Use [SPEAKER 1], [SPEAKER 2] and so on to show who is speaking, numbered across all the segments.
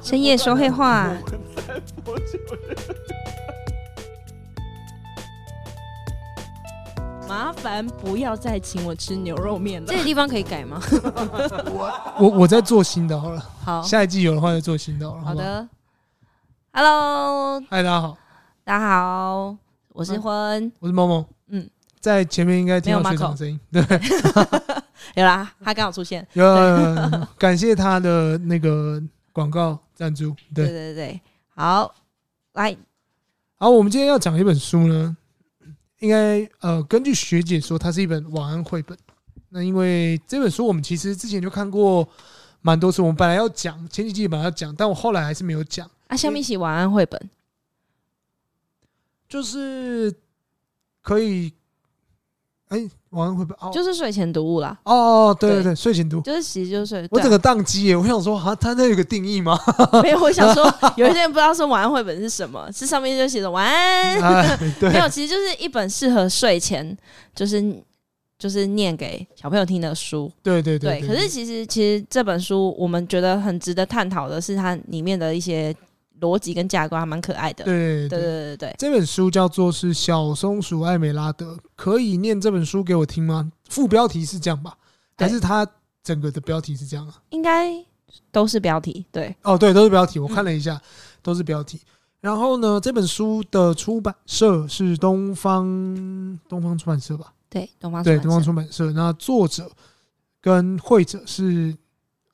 [SPEAKER 1] 深夜说黑话，
[SPEAKER 2] 麻烦不要再请我吃牛肉面了
[SPEAKER 1] 这。个地方可以改 吗？
[SPEAKER 3] 我我再做新的好了，
[SPEAKER 1] 好
[SPEAKER 3] 下一季有的话再做新的好了。
[SPEAKER 1] 好
[SPEAKER 3] 不好，
[SPEAKER 1] 的，Hello，
[SPEAKER 3] 嗨，大家好，
[SPEAKER 1] 大家好，我是婚，
[SPEAKER 3] 我是萌萌。
[SPEAKER 1] 嗯，
[SPEAKER 3] 在前面应该听
[SPEAKER 1] 没
[SPEAKER 3] 到
[SPEAKER 1] 有
[SPEAKER 3] 学长
[SPEAKER 1] Marco
[SPEAKER 3] 的声音，对，
[SPEAKER 1] 有啦，他刚好出现，
[SPEAKER 3] 有有有 有感谢他的那个广告赞助。
[SPEAKER 1] 对对
[SPEAKER 3] 对，
[SPEAKER 1] 对，好，来，
[SPEAKER 3] 好，我们今天要讲一本书呢，应该呃，根据学姐说，它是一本晚安绘本。那因为这本书我们其实之前就看过蛮多次，我们本来要讲前几季本来要讲，但我后来还是没有讲。
[SPEAKER 1] 啊，下面一起晚安绘本，
[SPEAKER 3] 就是可以，哎、晚安绘本哦，
[SPEAKER 1] 就是睡前读物啦，
[SPEAKER 3] 哦，对对
[SPEAKER 1] 对
[SPEAKER 3] 对，睡前读。
[SPEAKER 1] 就是其实就是睡，
[SPEAKER 3] 我整
[SPEAKER 1] 对
[SPEAKER 3] 个宕机耶！我想说，啊，它那有个定义 吗？
[SPEAKER 1] 啊没有，我想说，有一些人不知道说晚安绘本是什么，是上面就写着晚安，
[SPEAKER 3] 哎，
[SPEAKER 1] 没
[SPEAKER 3] 对
[SPEAKER 1] 有，其实就是一本适合睡前，就是就是念给小朋友听的书。
[SPEAKER 3] 对对
[SPEAKER 1] 对，可是其实其实这本书我们觉得很值得探讨的是它里面的一些逻辑跟架构，还蛮可爱的。对对
[SPEAKER 3] 对对对，
[SPEAKER 1] 对对对，
[SPEAKER 3] 这本书叫做是《小松鼠艾美拉德》，可以念这本书给我听吗？副标题是这样吧？
[SPEAKER 1] 对
[SPEAKER 3] 还是它整个的标题是这样啊？
[SPEAKER 1] 应该都是标题。对，
[SPEAKER 3] 哦，对，都是标题，我看了一下，都是标题。然后呢，这本书的出版社是东方东方出版社吧？
[SPEAKER 1] 对，东方
[SPEAKER 3] 对，
[SPEAKER 1] 出版
[SPEAKER 3] 东方
[SPEAKER 1] 社
[SPEAKER 3] 出版社。那作者跟绘者是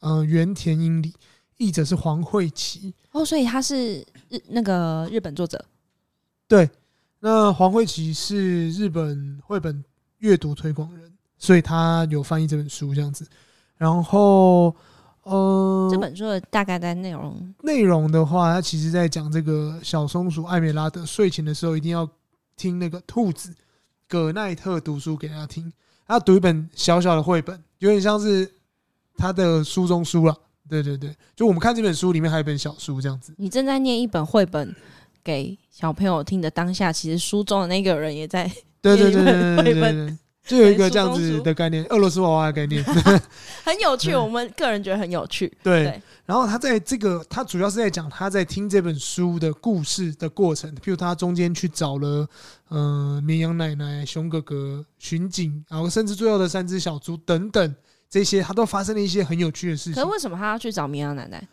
[SPEAKER 3] 呃原田英里，译者是黄慧琪。
[SPEAKER 1] 哦，所以他是日那个日本作者，
[SPEAKER 3] 对，那黄慧琪是日本绘本阅读推广人，所以他有翻译这本书这样子。然后，呃，
[SPEAKER 1] 这本书的大概在内容
[SPEAKER 3] 内容的话，它其实在讲这个小松鼠艾美拉德睡前的时候一定要听那个兔子葛奈特读书给他听，他读一本小小的绘本，有点像是他的书中书了。对对对，就我们看这本书里面还有一本小书这样子。
[SPEAKER 1] 你正在念一本绘本给小朋友听的当下，其实书中的那个人也在
[SPEAKER 3] 对对
[SPEAKER 1] 念一本
[SPEAKER 3] 对对对对
[SPEAKER 1] 绘
[SPEAKER 3] 对
[SPEAKER 1] 本
[SPEAKER 3] 对，就有一个
[SPEAKER 1] 书
[SPEAKER 3] 这样
[SPEAKER 1] 中
[SPEAKER 3] 子
[SPEAKER 1] 书
[SPEAKER 3] 的概念，俄罗斯娃娃的概念。
[SPEAKER 1] 很有趣，
[SPEAKER 3] 嗯
[SPEAKER 1] 我们个人觉得很有趣。
[SPEAKER 3] 对，
[SPEAKER 1] 对
[SPEAKER 3] 然后他在这个，他主要是在讲他在听这本书的故事的过程，譬如他中间去找了呃绵羊奶奶、熊哥哥、巡警，然后甚至最后的三只小猪等等这些，他都发生了一些很有趣的事
[SPEAKER 1] 可是
[SPEAKER 3] 情，
[SPEAKER 1] 为什么他要去找绵羊奶奶？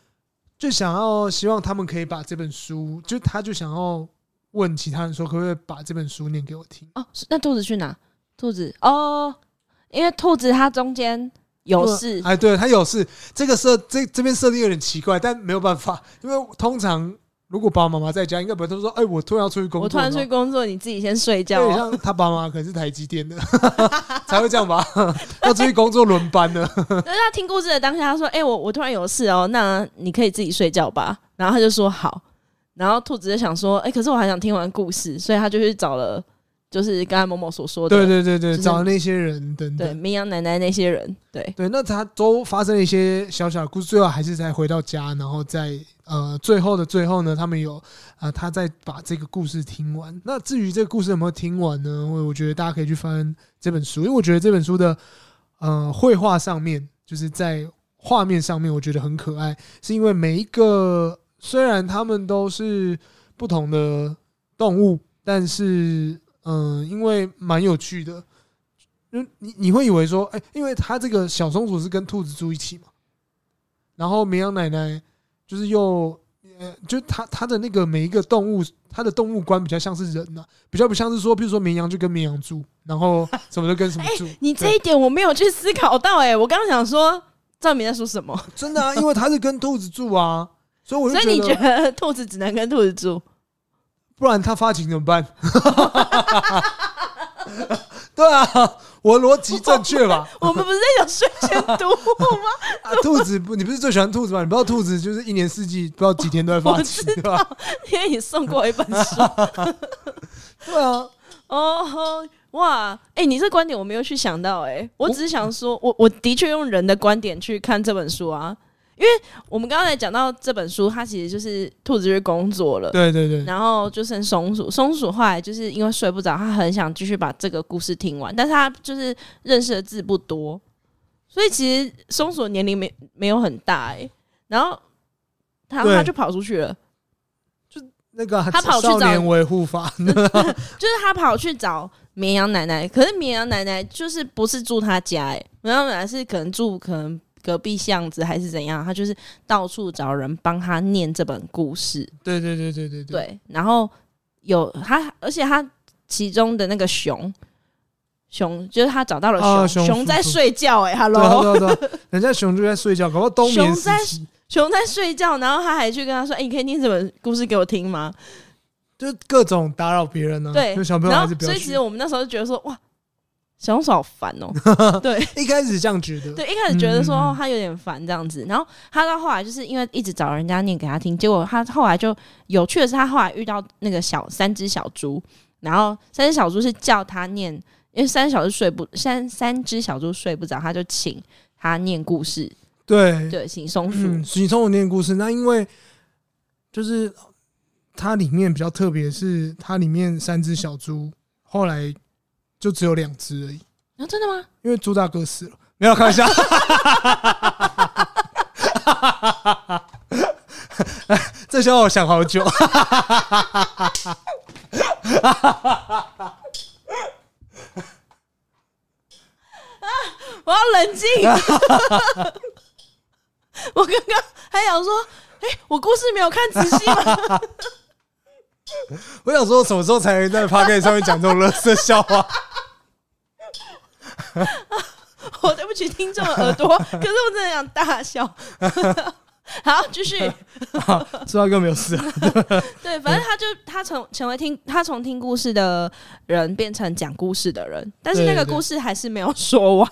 [SPEAKER 3] 就想要希望他们可以把这本书，就他就想要问其他人说，可不可以把这本书念给我听？
[SPEAKER 1] 哦，是那兔子去哪？兔子哦，因为兔子它中间有事，
[SPEAKER 3] 哎，对他有事，这个设这这边设定有点奇怪，但没有办法，因为通常如果爸爸妈妈在家，应该不会都说，哎，我突然要出去工作，
[SPEAKER 1] 我突然
[SPEAKER 3] 然后
[SPEAKER 1] 出去工作，你自己先睡觉
[SPEAKER 3] 有点
[SPEAKER 1] 哦、
[SPEAKER 3] 像他爸妈可能是台积电的， 才会这样吧？ 要出去工作轮班的，
[SPEAKER 1] 但是他听故事的当下，他说：“哎、我我突然有事哦，那你可以自己睡觉吧。”然后他就说：“好。”然后兔子就想说：“哎、可是我还想听完故事，所以他就去找了，就是刚才某某所说的，
[SPEAKER 3] 对对对对，
[SPEAKER 1] 就是
[SPEAKER 3] 找那些人等
[SPEAKER 1] 对
[SPEAKER 3] 等，
[SPEAKER 1] 绵羊奶奶那些人，对
[SPEAKER 3] 对，那他都发生了一些小小的故事，最后还是才回到家，然后在呃最后的最后呢，他们有啊、呃他再把这个故事听完。那至于这个故事有没有听完呢？我我觉得大家可以去翻这本书，因为我觉得这本书的呃绘画上面，就是在画面上面，我觉得很可爱，是因为每一个虽然他们都是不同的动物，但是嗯、呃因为蛮有趣的。嗯，你你会以为说，哎、因为它这个小松鼠是跟兔子住一起嘛，然后绵羊奶奶就是又，呃，就它它的那个每一个动物，它的动物观比较像是人呐、比较不像是说，比如说绵羊就跟绵羊住，然后什么就跟什么住，
[SPEAKER 1] 你这一点我没有去思考到、哎，我刚刚想说赵明在说什么，
[SPEAKER 3] 真的啊，因为它是跟兔子住啊，所以我就
[SPEAKER 1] 所以你
[SPEAKER 3] 觉
[SPEAKER 1] 觉
[SPEAKER 3] 得，
[SPEAKER 1] 得兔子只能跟兔子住？
[SPEAKER 3] 不然它发情怎么办？ 对啊，我逻辑正确吧？
[SPEAKER 1] 我们不是在讲睡前读物吗？
[SPEAKER 3] 啊，兔子不，你不是最喜欢兔子吗？你不知道兔子就是一年四季不知道几天都在发
[SPEAKER 1] 我
[SPEAKER 3] 情，
[SPEAKER 1] 知
[SPEAKER 3] 对吧？
[SPEAKER 1] 因为你送过我一本 书
[SPEAKER 3] 对啊，
[SPEAKER 1] 哦。哇，哎、你这观点我没有去想到、哎，我只是想说，我我的确用人的观点去看这本书啊，因为我们刚才讲到这本书，它其实就是兔子去工作了，
[SPEAKER 3] 对对对，
[SPEAKER 1] 然后就剩松鼠，松鼠后来就是因为睡不着，他很想继续把这个故事听完，但是他就是认识的字不多，所以其实松鼠的年龄没没有很大哎、然后他
[SPEAKER 3] 对
[SPEAKER 1] 他就跑出去了，
[SPEAKER 3] 那个
[SPEAKER 1] 他跑去
[SPEAKER 3] 少
[SPEAKER 1] 找
[SPEAKER 3] 年维护法，
[SPEAKER 1] 就是他跑去找绵羊奶奶，可是绵羊奶奶就是不是住他家哎、绵羊奶奶是可能住可能隔壁巷子还是怎样，他就是到处找人帮他念这本故事，
[SPEAKER 3] 对对对对对对，
[SPEAKER 1] 对，然后有他，而且他其中的那个熊，熊就是他找到了熊，
[SPEAKER 3] 啊熊
[SPEAKER 1] 熊
[SPEAKER 3] 叔
[SPEAKER 1] 在
[SPEAKER 3] 叔
[SPEAKER 1] 睡觉、欸，哎
[SPEAKER 3] 对啊
[SPEAKER 1] ，hello，
[SPEAKER 3] 对啊对啊对啊，人家熊就在睡觉，搞到冬眠
[SPEAKER 1] 熊
[SPEAKER 3] 时
[SPEAKER 1] 在
[SPEAKER 3] 期，
[SPEAKER 1] 熊在睡觉，然后他还去跟他说，哎、你可以念这本故事给我听吗？
[SPEAKER 3] 就各种打扰别人呢、啊
[SPEAKER 1] 对
[SPEAKER 3] 就嗯小，朋友还
[SPEAKER 1] 然
[SPEAKER 3] 是
[SPEAKER 1] 后
[SPEAKER 3] 不要
[SPEAKER 1] 所以其
[SPEAKER 3] 去
[SPEAKER 1] 实。我们那时候就觉得说，哇，小松鼠好烦哦、对
[SPEAKER 3] 一开始这样觉得，
[SPEAKER 1] 对，一开始觉得说
[SPEAKER 3] 嗯嗯嗯
[SPEAKER 1] 哦他有点烦这样子，然后他到后来就是因为一直找人家念给他听，结果他后来就有趣的是，他后来遇到那个小三只小猪，然后三只小猪是叫他念，因为三只小猪睡不三三只小猪睡不着，他就请他念故事，
[SPEAKER 3] 对
[SPEAKER 1] 对，请松鼠，
[SPEAKER 3] 嗯，你从我念故事，那因为就是它里面比较特别，是它里面三只小猪，后来就只有两只而已，
[SPEAKER 1] 然后真的吗？
[SPEAKER 3] 因为猪大哥死了，没有开玩笑。 这笑话我想好久，
[SPEAKER 1] 我要冷 静， 我刚刚还想说，哎、我故事没有看仔细吗？
[SPEAKER 3] 我想说什么时候才能在 p o c a s t 上面讲这种垃圾笑话？
[SPEAKER 1] 我对不起听众的耳朵， 可是我真的想大笑。好，继续。
[SPEAKER 3] 猪大哥没有死啊，
[SPEAKER 1] 对，反正他就他从成为听他从听故事的人变成讲故事的人，但是那
[SPEAKER 3] 对
[SPEAKER 1] 个
[SPEAKER 3] 对
[SPEAKER 1] 故事还是没有说完，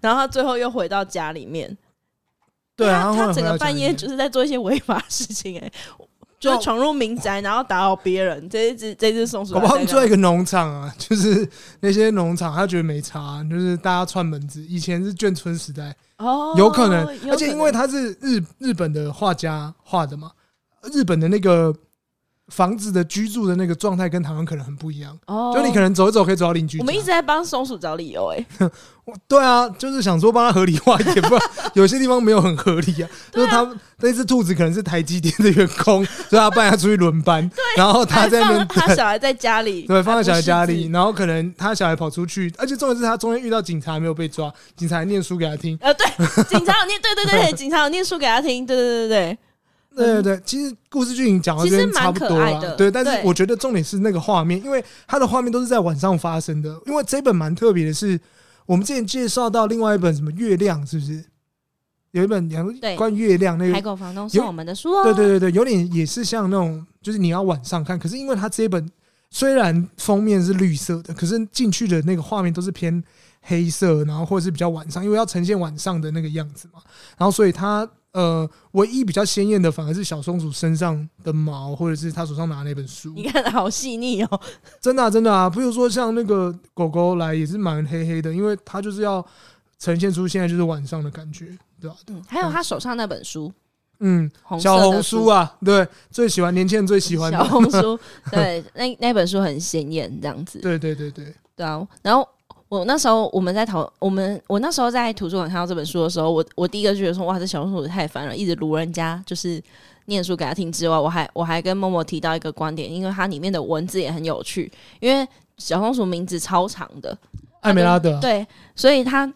[SPEAKER 1] 然后他最后又回到家里面。
[SPEAKER 3] 对啊，
[SPEAKER 1] 他
[SPEAKER 3] 后
[SPEAKER 1] 他
[SPEAKER 3] 来
[SPEAKER 1] 整
[SPEAKER 3] 回
[SPEAKER 1] 个
[SPEAKER 3] 到家
[SPEAKER 1] 半
[SPEAKER 3] 里
[SPEAKER 1] 夜
[SPEAKER 3] 面
[SPEAKER 1] 就是在做一些违法的事情、哎，就是闯入民宅，然后打扰别人。这一只这一只松鼠
[SPEAKER 3] 搞
[SPEAKER 1] 还在
[SPEAKER 3] 不好
[SPEAKER 1] 干嘛，
[SPEAKER 3] 他们住在一个农场啊，就是那些农场，他觉得没差，啊就是大家串门子。以前是眷村时代，
[SPEAKER 1] 哦，
[SPEAKER 3] 有可能，
[SPEAKER 1] 有
[SPEAKER 3] 而且因为他是日日本的画家画的嘛，日本的那个房子的居住的那个状态跟台湾可能很不一样。
[SPEAKER 1] 哦，
[SPEAKER 3] 就你可能走一走可以走到邻居家，
[SPEAKER 1] 我们一直在帮松鼠找理由、哎，
[SPEAKER 3] 我对啊，就是想说帮他合理化一 点，不然有些地方没有很合理啊。就是他那只兔子可能是台积电的员工， 所以他搬他出去轮班，然后他
[SPEAKER 1] 还
[SPEAKER 3] 在那
[SPEAKER 1] 放了
[SPEAKER 3] 边
[SPEAKER 1] 他小孩在家里，
[SPEAKER 3] 对，放在小孩家
[SPEAKER 1] 还不识
[SPEAKER 3] 里，
[SPEAKER 1] 字。
[SPEAKER 3] 然后可能他小孩跑出去，而且重点是他中间遇到警察没有被抓，警察还念书给他听。
[SPEAKER 1] 呃，对，警察有念，对对对对，警察有念书给他听，对对对对，
[SPEAKER 3] 对对对，其实故事剧情讲到
[SPEAKER 1] 嗯其
[SPEAKER 3] 这
[SPEAKER 1] 实
[SPEAKER 3] 边
[SPEAKER 1] 蛮
[SPEAKER 3] 差不多
[SPEAKER 1] 可爱
[SPEAKER 3] 了
[SPEAKER 1] 的，
[SPEAKER 3] 对，但是
[SPEAKER 1] 对
[SPEAKER 3] 我觉得重点是那个画面，因为它的画面都是在晚上发生的。因为这本蛮特别的是，我们之前介绍到另外一本什么月亮，是不是？有一本讲
[SPEAKER 1] 对
[SPEAKER 3] 关于月亮那
[SPEAKER 1] 海
[SPEAKER 3] 个，
[SPEAKER 1] 狗房东
[SPEAKER 3] 送
[SPEAKER 1] 送
[SPEAKER 3] 我
[SPEAKER 1] 我们的书哦。
[SPEAKER 3] 哎对对对对，有点也是像那种，就是你要晚上看，可是因为它这一本虽然封面是绿色的，可是进去的那个画面都是偏黑色，然后或者是比较晚上，因为要呈现晚上的那个样子嘛。然后所以它呃，唯一比较鲜艳的反而是小松鼠身上的毛，或者是它手上拿的那本书。
[SPEAKER 1] 你看的好细腻哦。
[SPEAKER 3] 真的、啊、真的啊，比如说像那个狗狗来也是蛮黑黑的，因为它就是要呈现出现在就是晚上的感觉，对吧、
[SPEAKER 1] 嗯，还有他手上那本书，
[SPEAKER 3] 嗯，
[SPEAKER 1] 红色
[SPEAKER 3] 小
[SPEAKER 1] 的
[SPEAKER 3] 红书啊，对，最喜欢年轻人最喜欢的
[SPEAKER 1] 小红书，对，那那本书很鲜艳，这样子。
[SPEAKER 3] 对对对对，
[SPEAKER 1] 对啊，然后。我那时候我们在讨我们我那时候在图书馆看到这本书的时候，我我第一个就觉得说哇，这小松鼠太烦了，一直读人家就是念书给他听之外，我还我还跟默默提到一个观点，因为它里面的文字也很有趣，因为小松鼠名字超长的，
[SPEAKER 3] 艾美拉德啊，
[SPEAKER 1] 对，所以他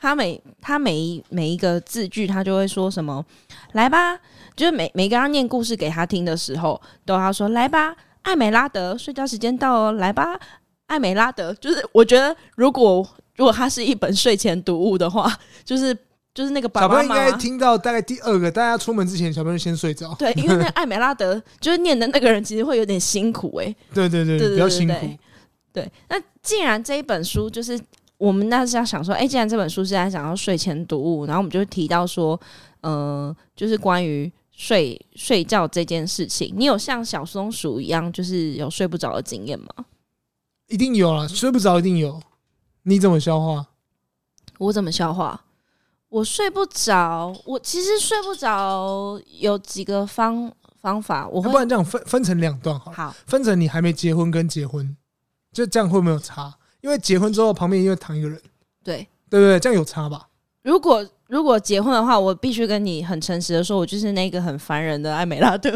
[SPEAKER 1] 他每他每一每一个字句，他就会说什么“来吧”，就是每每个他念故事给他听的时候，都要说“来吧，艾美拉德，睡觉时间到哦，来吧，艾美拉德”。就是我觉得，如果如果它是一本睡前读物的话，就是就是那个爸
[SPEAKER 3] 小朋
[SPEAKER 1] 爸
[SPEAKER 3] 友应
[SPEAKER 1] 妈
[SPEAKER 3] 该
[SPEAKER 1] 妈。
[SPEAKER 3] 听到大概第二个，大家出门之前，小朋友先睡着。
[SPEAKER 1] 对，因为那个艾美拉德就是念的那个人，其实会有点辛苦哎、
[SPEAKER 3] 对对
[SPEAKER 1] 对
[SPEAKER 3] 对
[SPEAKER 1] 对
[SPEAKER 3] 嗯比较辛苦
[SPEAKER 1] 对。对，那既然这一本书就是我们那时候想说，哎、既然这本书是在讲到睡前读物，然后我们就提到说，呃，就是关于睡睡觉这件事情，你有像小松鼠一样，就是有睡不着的经验吗？
[SPEAKER 3] 一定有啊，睡不着一定有。你怎么消化？
[SPEAKER 1] 我怎么消化？我睡不着，我其实睡不着有几个方方法，我
[SPEAKER 3] 要哎不
[SPEAKER 1] 会
[SPEAKER 3] 然这样分分成两段好了，
[SPEAKER 1] 好
[SPEAKER 3] 分成你还没结婚跟结婚，就这样会没有差？因为结婚之后旁边一定会躺一个人，
[SPEAKER 1] 对。
[SPEAKER 3] 对不对？这样有差吧？
[SPEAKER 1] 如果如果结婚的话，我必须跟你很诚实的说，我就是那个很烦人的艾美拉特。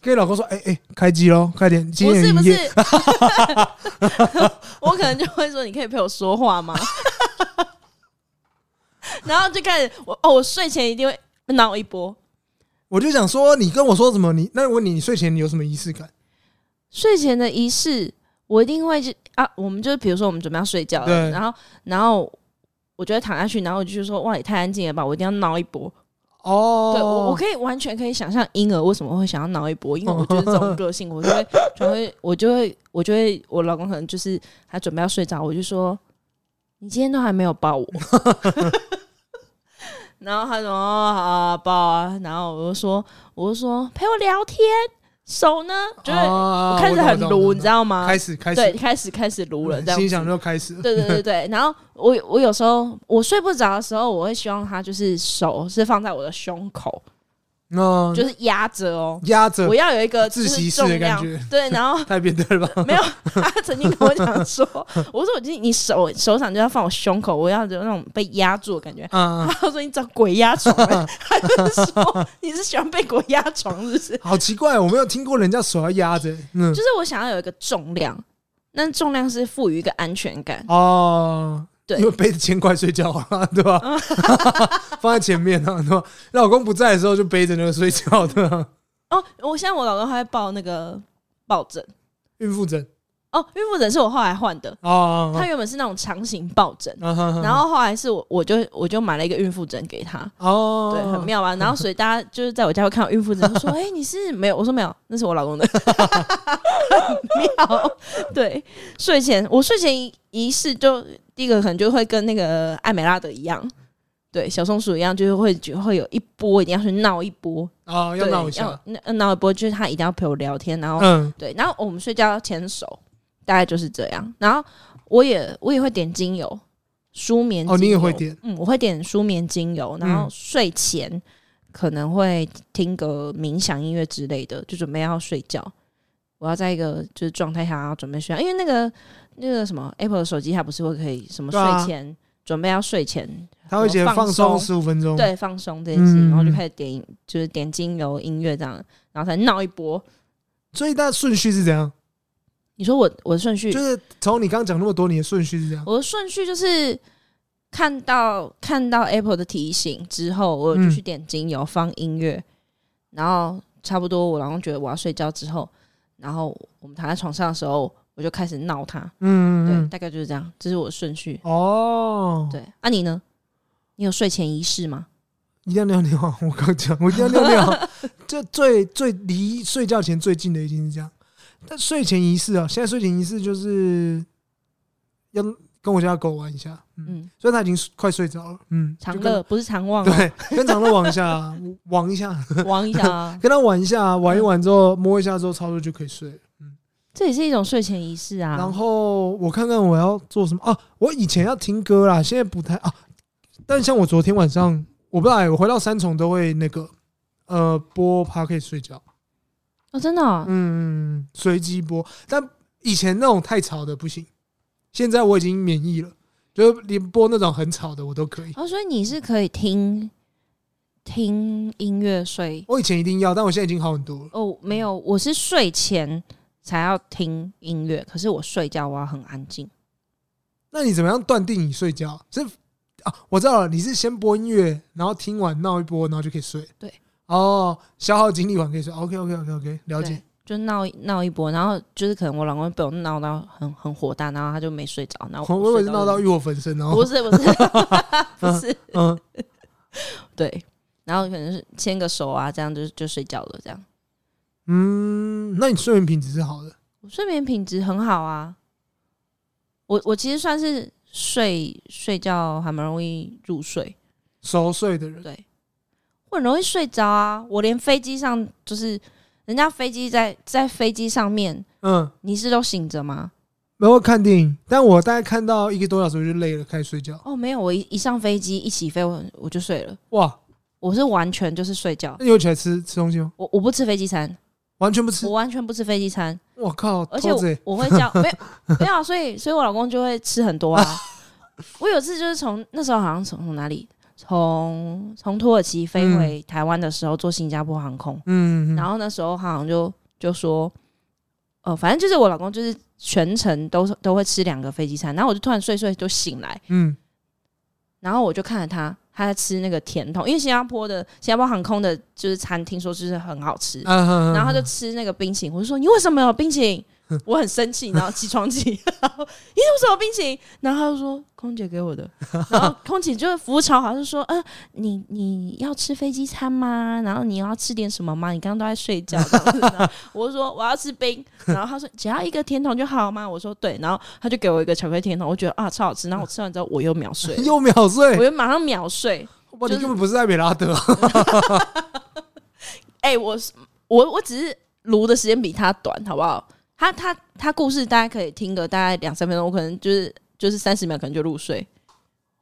[SPEAKER 3] 跟你老公说，哎、哎、开机喽，快点，今
[SPEAKER 1] 不
[SPEAKER 3] 天
[SPEAKER 1] 是不
[SPEAKER 3] 营
[SPEAKER 1] 是
[SPEAKER 3] 业。，
[SPEAKER 1] 我可能就会说，你可以陪我说话吗？ 然后就开始我哦，我睡前一定会呃闹一波。
[SPEAKER 3] 我就想说，你跟我说什么？你那我问你，你睡前你有什么仪式感？
[SPEAKER 1] 睡前的仪式，我一定会就啊，我们就是比如说我们准备要睡觉了，
[SPEAKER 3] 对
[SPEAKER 1] 然后然后我就会躺下去，然后我就说哇，也太安静了吧，我一定要闹一波。
[SPEAKER 3] 哦，哦
[SPEAKER 1] 对我，我可以完全可以想象婴儿为什么会想要挠一波，因为我就是这种个性，我就会， 就会，我就会，我就会，我老公可能就是他准备要睡着，我就说你今天都还没有抱我， 然后他说哦好啊抱啊，然后我就说我就说陪我聊天，手呢就是
[SPEAKER 3] 哦我
[SPEAKER 1] 我开始很撸，你知道吗？
[SPEAKER 3] 开始开始
[SPEAKER 1] 对，开始开始撸了，这样
[SPEAKER 3] 嗯心
[SPEAKER 1] 子
[SPEAKER 3] 想就开始了。
[SPEAKER 1] 对对对 对，然后我我有时候我睡不着的时候，我会希望他就是手是放在我的胸口，
[SPEAKER 3] 那
[SPEAKER 1] 就是压着哦，
[SPEAKER 3] 压着
[SPEAKER 1] 我要有一个
[SPEAKER 3] 自
[SPEAKER 1] 就是
[SPEAKER 3] 习室的
[SPEAKER 1] 重量
[SPEAKER 3] 感觉
[SPEAKER 1] 对，然 后
[SPEAKER 3] 太变 态了吧？
[SPEAKER 1] 没有，他曾经跟我讲说，我说我今天你手手掌就要放我胸口，我要有那种被压住的感觉。
[SPEAKER 3] 嗯，嗯
[SPEAKER 1] 他说你找鬼压床、 欸，他就是说你是喜欢被鬼压床是不是？
[SPEAKER 3] 好奇怪，我没有听过人家手要压着，嗯
[SPEAKER 1] 就，是我想要有一个重量，那重量是赋予一个安全感。
[SPEAKER 3] 哦。
[SPEAKER 1] 对
[SPEAKER 3] 因为背着千块睡觉啊，对吧？放在前面啊，对吧？老公不在的时候就背着那个睡觉的、啊、
[SPEAKER 1] 哦，我现在我老公他会抱那个抱枕，
[SPEAKER 3] 孕妇枕
[SPEAKER 1] 哦，孕妇枕是我后来换的，
[SPEAKER 3] 啊啊
[SPEAKER 1] 它原本是那种长型抱枕，
[SPEAKER 3] 啊啊！
[SPEAKER 1] 然后后来是我我就我就买了一个孕妇枕给他，
[SPEAKER 3] 哦，
[SPEAKER 1] 对，很妙吧？啊然后所以大家就是在我家会看到孕妇枕，就 说：“哎、你是没有？”我说：“没有，那是我老公的。”很妙，对。睡前我睡前仪式就第一个可能就会跟那个艾美拉德一样，对，小松鼠一样，就是会就会有一波一定要去闹一波，
[SPEAKER 3] 啊，要
[SPEAKER 1] 对
[SPEAKER 3] 闹一
[SPEAKER 1] 要
[SPEAKER 3] 下，
[SPEAKER 1] 那呃闹一波，就是他一定要陪我聊天，然后、
[SPEAKER 3] 嗯，
[SPEAKER 1] 对，然后我们睡觉要牵手，大概就是这样。然后我也我也会点精油，舒眠
[SPEAKER 3] 哦你也
[SPEAKER 1] 精油
[SPEAKER 3] 会点？
[SPEAKER 1] 嗯，我会点舒眠精油，然后
[SPEAKER 3] 嗯
[SPEAKER 1] 睡前可能会听个冥想音乐之类的，就准备要睡觉。我要在一个就是状态下要准备睡觉，因为那个那个什么 Apple 的手机它不是会可以什么
[SPEAKER 3] 对啊
[SPEAKER 1] 睡前、准备要睡前
[SPEAKER 3] 他会觉得
[SPEAKER 1] 放
[SPEAKER 3] 放松
[SPEAKER 1] 松
[SPEAKER 3] 十五分钟，
[SPEAKER 1] 对放松这件事情，然后就
[SPEAKER 3] 嗯
[SPEAKER 1] 开始点就是点精油音乐这样，然后才闹一波。
[SPEAKER 3] 所以那顺序是怎样？
[SPEAKER 1] 你说我我的顺序
[SPEAKER 3] 就是从你刚刚讲那么多，你的顺序是这样。
[SPEAKER 1] 我的顺序就是看到看到 Apple 的提醒之后，我就
[SPEAKER 3] 嗯
[SPEAKER 1] 去点精油、放音乐，然后差不多我老公觉得我要睡觉之后，然后我们躺在床上的时候，我就开始闹他。对，
[SPEAKER 3] 嗯，嗯嗯
[SPEAKER 1] 大概就是这样，这是我的顺序。
[SPEAKER 3] 哦，
[SPEAKER 1] 对，啊你呢？你有睡前仪式吗？
[SPEAKER 3] 一定要尿尿啊。我刚讲，我一定要尿 尿。这最最离睡觉前最近的一定是这样。但睡前仪式啊，现在睡前仪式就是要跟我家的狗玩一下。嗯，
[SPEAKER 1] 嗯，
[SPEAKER 3] 虽然它已经睡快睡着了。嗯，
[SPEAKER 1] 长
[SPEAKER 3] 就跟
[SPEAKER 1] 乐不是长旺、哦，
[SPEAKER 3] 对，跟长乐玩一下， 玩一下，
[SPEAKER 1] 王一下、 啊，
[SPEAKER 3] 跟它玩一下，玩一玩之后摸一下之后，差不多就可以睡了。
[SPEAKER 1] 这也是一种睡前仪式啊。
[SPEAKER 3] 然后我看看我要做什么啊？我以前要听歌啦，现在不太啊。但像我昨天晚上，我不知道、欸，我回到三重都会那个呃播 p a r k 睡觉，
[SPEAKER 1] 哦，真的哦、
[SPEAKER 3] 嗯，随机播。但以前那种太吵的不行，现在我已经免疫了，就连播那种很吵的我都可以。
[SPEAKER 1] 哦，所以你是可以听听音乐睡
[SPEAKER 3] 我以前一定要，但我现在已经好很多了。
[SPEAKER 1] 哦，没有，我是睡前才要听音乐，可是我睡觉我要很安静。
[SPEAKER 3] 那你怎么样断定你睡觉是啊？我知道了，你是先播音乐，然后听完闹一波，然后就可以睡。
[SPEAKER 1] 对，
[SPEAKER 3] 哦，消耗精力完可以睡。OK OK OK OK，了解
[SPEAKER 1] 对。就闹一闹一波，然后就是可能我老公被我闹到很很火大，然后他就没睡着，然后
[SPEAKER 3] 我我以为
[SPEAKER 1] 啊睡
[SPEAKER 3] 是
[SPEAKER 1] 着
[SPEAKER 3] 闹到
[SPEAKER 1] 了
[SPEAKER 3] 欲火焚身，然 后
[SPEAKER 1] 不是不是 不是，
[SPEAKER 3] 嗯，
[SPEAKER 1] 对，然后可能是牵个手啊，这样就就睡觉了，这样
[SPEAKER 3] 嗯，那你睡眠品质是好的，
[SPEAKER 1] 我我睡眠品质很好啊。我我其实算是睡睡觉还蛮容易入睡，
[SPEAKER 3] 熟睡的人，
[SPEAKER 1] 对，我很容易睡着啊。我连飞机上就是人家飞机在在飞机上面，
[SPEAKER 3] 嗯，
[SPEAKER 1] 你是都醒着吗？
[SPEAKER 3] 然后看电影，但我大概看到一个多小时我就累了，开始睡觉。
[SPEAKER 1] 哦，没有，我一一上飞机一起飞，我我就睡了，
[SPEAKER 3] 哇，
[SPEAKER 1] 我是完全就是睡觉，
[SPEAKER 3] 那你有起来吃吃东西吗？
[SPEAKER 1] 我我不吃飞机餐，
[SPEAKER 3] 完全不吃
[SPEAKER 1] 我，完全不吃飞机餐，
[SPEAKER 3] 我靠，
[SPEAKER 1] 而且
[SPEAKER 3] 偷贼
[SPEAKER 1] 我我会叫没有没有啊，所以所以我老公就会吃很多啊。我有次就是从那时候好像从从哪里从从土耳其飞回台湾的时候坐新加坡航空，
[SPEAKER 3] 嗯，嗯
[SPEAKER 1] 然后那时候好像就就说，呃，反正就是我老公就是全程都都会吃两个飞机餐，然后我就突然睡睡就醒来，
[SPEAKER 3] 嗯，
[SPEAKER 1] 然后我就看着他，他在吃那个甜筒，因为新加坡的新加坡航空的就是餐厅说就是很好吃，
[SPEAKER 3] 然，
[SPEAKER 1] 然后他就吃那个冰淇淋，我就说你为什么有冰淇淋？ 我很生气，然后起床气，然后你为什么有冰淇淋？然后他就说空姐给我的， 然后空姐就是服务超好，就说呃你你要吃飞机餐吗？然后你要吃点什么吗？你刚刚都在睡觉， 这样子然后我就说我要吃冰，然后他说只要一个甜筒就好吗？我说对，然后他就给我一个巧克力甜筒，我觉得啊超好吃，然后我吃完之后我又秒睡
[SPEAKER 3] 嗯 又秒
[SPEAKER 1] 我
[SPEAKER 3] 睡，
[SPEAKER 1] 又马上秒睡，
[SPEAKER 3] 哇，
[SPEAKER 1] 就是
[SPEAKER 3] 你根本不是艾美拉德啊，
[SPEAKER 1] 哎、我是我我只是撸的时间比他短，好不好？他他他故事大家可以听个大概两三分钟，我可能就是就是三十秒，可能就入睡。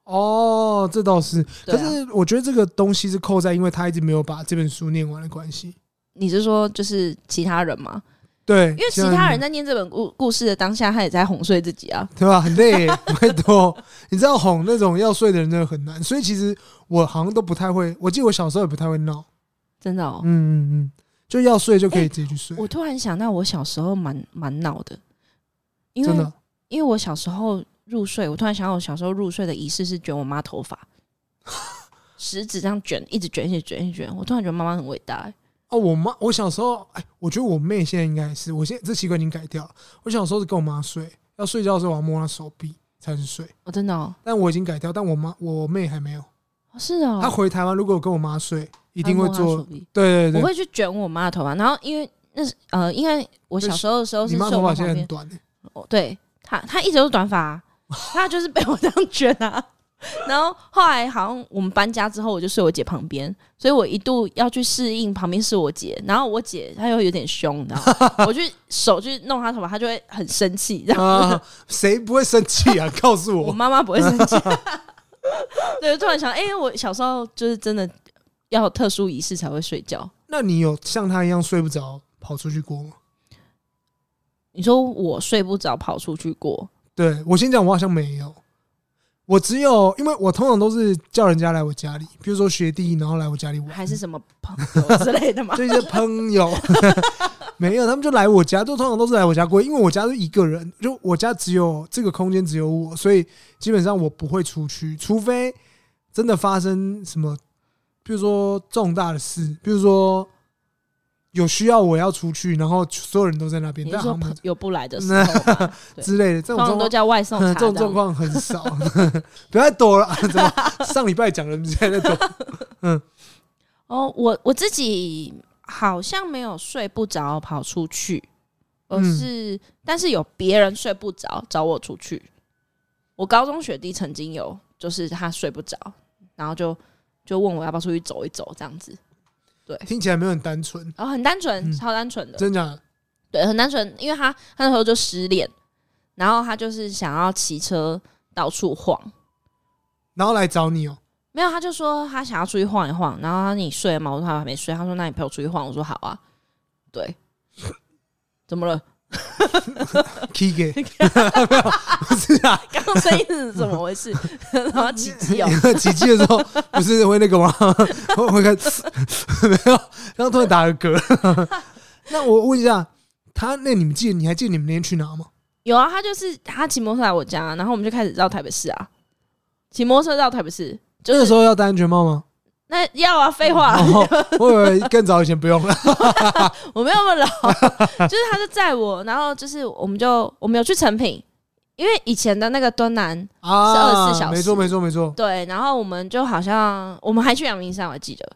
[SPEAKER 3] 哦，这倒是，
[SPEAKER 1] 对
[SPEAKER 3] 可
[SPEAKER 1] 啊
[SPEAKER 3] 是我觉得这个东西是扣在，因为他一直没有把这本书念完的关系。
[SPEAKER 1] 你是说就是其他人吗？
[SPEAKER 3] 对，
[SPEAKER 1] 因为其
[SPEAKER 3] 这样
[SPEAKER 1] 他人在念这本故故事的当下，他也在哄睡自己啊。
[SPEAKER 3] 对吧？很 累耶，拜托，你知道哄那种要睡的人真的很难，所以其实我好像都不太会，我记得我小时候也不太会闹，
[SPEAKER 1] 真的哦，
[SPEAKER 3] 嗯嗯嗯，就要睡就可以自己去睡，
[SPEAKER 1] 我突然想到，我小时候蛮蛮闹的，因
[SPEAKER 3] 真
[SPEAKER 1] 为
[SPEAKER 3] 的
[SPEAKER 1] 因为我小时候入睡，我突然想到我小时候入睡的仪式是卷我妈头 发，食指这样卷，一直卷，一直卷，一直卷。我突然觉得妈妈很伟大、欸
[SPEAKER 3] 哦。我妈，我小时候，哎，我觉得我妹现在应该也是，我现在这习惯已经改掉了。我小时候是跟我妈睡，要睡觉的时候我要摸她手臂才能睡，
[SPEAKER 1] 哦，真的哦，
[SPEAKER 3] 但我已经改掉，但我妈我妹还没有。
[SPEAKER 1] 哦是哦，
[SPEAKER 3] 她回台湾如果有跟我妈睡，一
[SPEAKER 1] 一
[SPEAKER 3] 定会做，对对
[SPEAKER 1] 我
[SPEAKER 3] 对。
[SPEAKER 1] 会去卷我妈的头发，然后因为那是呃，因为我小时候的时候
[SPEAKER 3] 你
[SPEAKER 1] 是
[SPEAKER 3] 妈
[SPEAKER 1] 睡我
[SPEAKER 3] 头
[SPEAKER 1] 妈
[SPEAKER 3] 发现
[SPEAKER 1] 旁
[SPEAKER 3] 在很
[SPEAKER 1] 边，
[SPEAKER 3] 短耶，
[SPEAKER 1] 哦对她她一直都是短发、 啊，她就是被我这样卷啊。 然后后来好像我们搬家之后，我就睡我姐旁边，所以我一度要去适应旁边是我姐，然后我姐她又有点凶，你知道 吗？我去手去弄她头发，她就会很生气，然后
[SPEAKER 3] 啊，谁不会生气 啊？告诉
[SPEAKER 1] 我
[SPEAKER 3] 我，
[SPEAKER 1] 妈妈不会生气。 对，突然想，哎、我小时候就是真的要有特殊仪式才会睡觉。
[SPEAKER 3] 那你有像她一样睡不着跑出去过吗？
[SPEAKER 1] 你说我睡不着跑出去过，
[SPEAKER 3] 对我先讲，我好像没有，我只有因为我通常都是叫人家来我家里，比如说学弟，然后来我家里玩，
[SPEAKER 1] 还是什么朋友之类的 吗？
[SPEAKER 3] 就一些朋友，没有，他们就来我家，就通常都是来我家过夜，因为我家是一个人，就我家只有这个空间只有我，所以基本上我不会出去，除非真的发生什么，比如说重大的事，比如说有需要我要出去，然后所有人都在那边，
[SPEAKER 1] 你是
[SPEAKER 3] 但
[SPEAKER 1] 说
[SPEAKER 3] 好像没
[SPEAKER 1] 朋
[SPEAKER 3] 有
[SPEAKER 1] 友不来的时候吗，对
[SPEAKER 3] 之类的 这
[SPEAKER 1] 通
[SPEAKER 3] 种
[SPEAKER 1] 常
[SPEAKER 3] 状
[SPEAKER 1] 都
[SPEAKER 3] 况。
[SPEAKER 1] 叫外送茶
[SPEAKER 3] 这种
[SPEAKER 1] 这样
[SPEAKER 3] 状况很少， 不要再躲了。啊怎么上礼拜讲了，你现在在躲？
[SPEAKER 1] 哦，我我自己好像没有睡不着跑出去，而
[SPEAKER 3] 嗯
[SPEAKER 1] 是、但是有别人睡不着找我出去。我高中学弟曾经有，就是他睡不着，然后就就问我要不要出去走一走这样子，
[SPEAKER 3] 听起来没有很单 纯，
[SPEAKER 1] 然后很单纯，
[SPEAKER 3] 嗯
[SPEAKER 1] 超单纯的，
[SPEAKER 3] 真假的？
[SPEAKER 1] 对，很单纯，因为他他那时候就失恋，然后他就是想要骑车到处晃，
[SPEAKER 3] 然后来找你哦、
[SPEAKER 1] 没有，他就说他想要出去晃一晃，然后他说你睡了吗？我说他还没睡，他说那你陪我出去晃，我说好啊，对， 怎么了？
[SPEAKER 3] k i g 给，不是啊？
[SPEAKER 1] 刚刚声音是怎么回事？ 然后奇迹哦，
[SPEAKER 3] 起鸡的时候不是会那个吗？ 会会看 没有，然后突然打个嗝。 那我问一下，他那你们记得你还记得你们那天去哪吗？
[SPEAKER 1] 有啊，他就是他骑摩托车来我家，然后我们就开始绕台北市啊，骑摩托车绕台北市，
[SPEAKER 3] 就那时候要戴安全帽吗？
[SPEAKER 1] 那要呃啊，废话，
[SPEAKER 3] 哦，我以为更早以前不 用了。
[SPEAKER 1] 我没有那么老， 就是他就载我，然后就是我们就我们有去成品，因为以前的那个敦南
[SPEAKER 3] 啊，
[SPEAKER 1] 24小时
[SPEAKER 3] 没错没错没错。
[SPEAKER 1] 对，然后我们就好像我们还去阳明山，我还记得，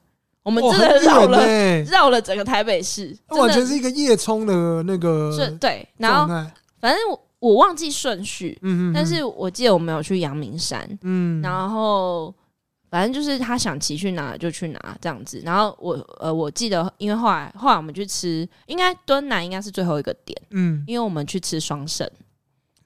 [SPEAKER 1] 我们
[SPEAKER 3] 哇
[SPEAKER 1] 真的
[SPEAKER 3] 很
[SPEAKER 1] 绕
[SPEAKER 3] 远
[SPEAKER 1] 了
[SPEAKER 3] 欸
[SPEAKER 1] 绕了整个台北市，
[SPEAKER 3] 那完全嗯
[SPEAKER 1] 真的
[SPEAKER 3] 是一个夜冲的那个
[SPEAKER 1] 是对。然
[SPEAKER 3] 状
[SPEAKER 1] 后
[SPEAKER 3] 态。
[SPEAKER 1] 反正我我忘记顺序，
[SPEAKER 3] 嗯嗯，
[SPEAKER 1] 但是我记得我们有去阳明山，
[SPEAKER 3] 嗯，
[SPEAKER 1] 然后反正就是他想骑去哪就去哪这样子。然后我呃我记得，因为后来后来我们去吃，应该敦南应该是最后一个点，
[SPEAKER 3] 嗯，
[SPEAKER 1] 因为我们去吃双盛。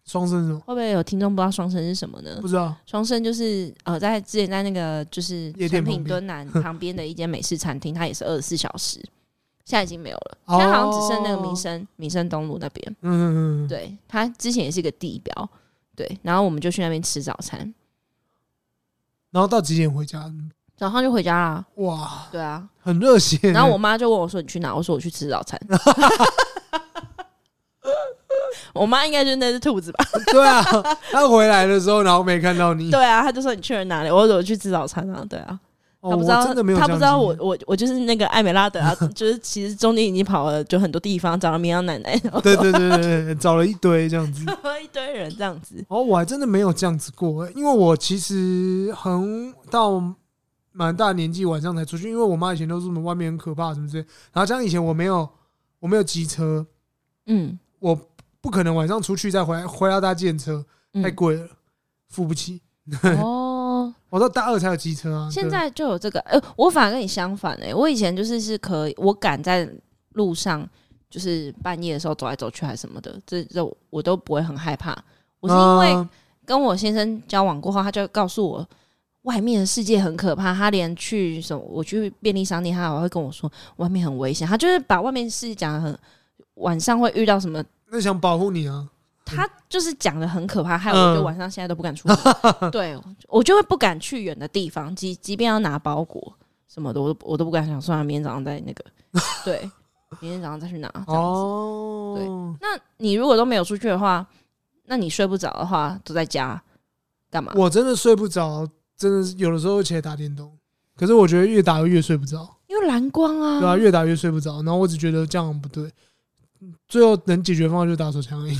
[SPEAKER 3] 双生什么
[SPEAKER 1] 会不会有听众不知道双盛是什么呢
[SPEAKER 3] 不？知道？
[SPEAKER 1] 双盛就是呃，在之前在那个就是
[SPEAKER 3] 夜店
[SPEAKER 1] 成
[SPEAKER 3] 旁
[SPEAKER 1] 品
[SPEAKER 3] 边
[SPEAKER 1] 敦南旁边的一间美式餐厅，它也是二十四小时，现在已经没有了，现
[SPEAKER 3] 哦
[SPEAKER 1] 在好像只剩那个民生民生东路那边。
[SPEAKER 3] 嗯嗯嗯，
[SPEAKER 1] 对，它之前也是一个地标，对，然后我们就去那边吃早餐，
[SPEAKER 3] 然后到几点回家？
[SPEAKER 1] 早上就回家啦。
[SPEAKER 3] 哇，
[SPEAKER 1] 对啊，
[SPEAKER 3] 很热血欸。
[SPEAKER 1] 然后我妈就问我说：“你去哪？”我说：“我去吃 早餐。”我妈应该就是那只兔子吧？
[SPEAKER 3] 对啊，他回来的时候，然后没看到你，
[SPEAKER 1] 对啊，她就说你去了哪里？我说我去吃早餐啊，对啊。
[SPEAKER 3] 哦
[SPEAKER 1] 他不知
[SPEAKER 3] 我
[SPEAKER 1] 道，
[SPEAKER 3] 真的没有这
[SPEAKER 1] 他不
[SPEAKER 3] 样经历，
[SPEAKER 1] 知道我 我我就是那个艾美拉德 啊，就是其实中间已经跑了就很多地方，找了绵羊奶 奶，然后
[SPEAKER 3] 对。对对对对对，找了一堆这样子。
[SPEAKER 1] 一堆人这样子，
[SPEAKER 3] 哦，我还真的没有这样子过，因为我其实很到蛮大年纪晚上才出去，因为我妈以前都说什么外面很可怕什么之类，然后加上以前我没有我没有机车，
[SPEAKER 1] 嗯，
[SPEAKER 3] 我不可能晚上出去再回来回来搭电车，太
[SPEAKER 1] 嗯
[SPEAKER 3] 贵了，付不起。
[SPEAKER 1] 哦，
[SPEAKER 3] 我到大二才有机车啊，
[SPEAKER 1] 现
[SPEAKER 3] 对
[SPEAKER 1] 在就有这个，呃，我反而跟你相反哎、我以前就是是可以，我敢在路上就是半夜的时候走来走去还什么的，这这我我都不会很害怕，我是因为
[SPEAKER 3] 嗯
[SPEAKER 1] 跟我先生交往过后，他就告诉我，外面的世界很可怕。他连去什么，我去便利商店，他还会跟我说外面很危险。他就是把外面世界讲的很，晚上会遇到什么，
[SPEAKER 3] 那想保护你啊，
[SPEAKER 1] 他就是讲的很可怕，害我
[SPEAKER 3] 嗯
[SPEAKER 1] 就晚上现在都不敢出门。对我就会不敢去远的地方，即即便要拿包裹什么的，我都我都不敢想，算了，明天早上再那个，对，明天早上再去拿。哦，对
[SPEAKER 3] 哦，
[SPEAKER 1] 那你如果都没有出去的话，那你睡不着的话，都在家干嘛？
[SPEAKER 3] 我真的睡不着，真的是有的时候会起来打电动，可是我觉得越打越睡不着。
[SPEAKER 1] 因为蓝光啊，
[SPEAKER 3] 对啊，越打越睡不着。然后我只觉得这样不对，最后能解决方案就是打手枪而已，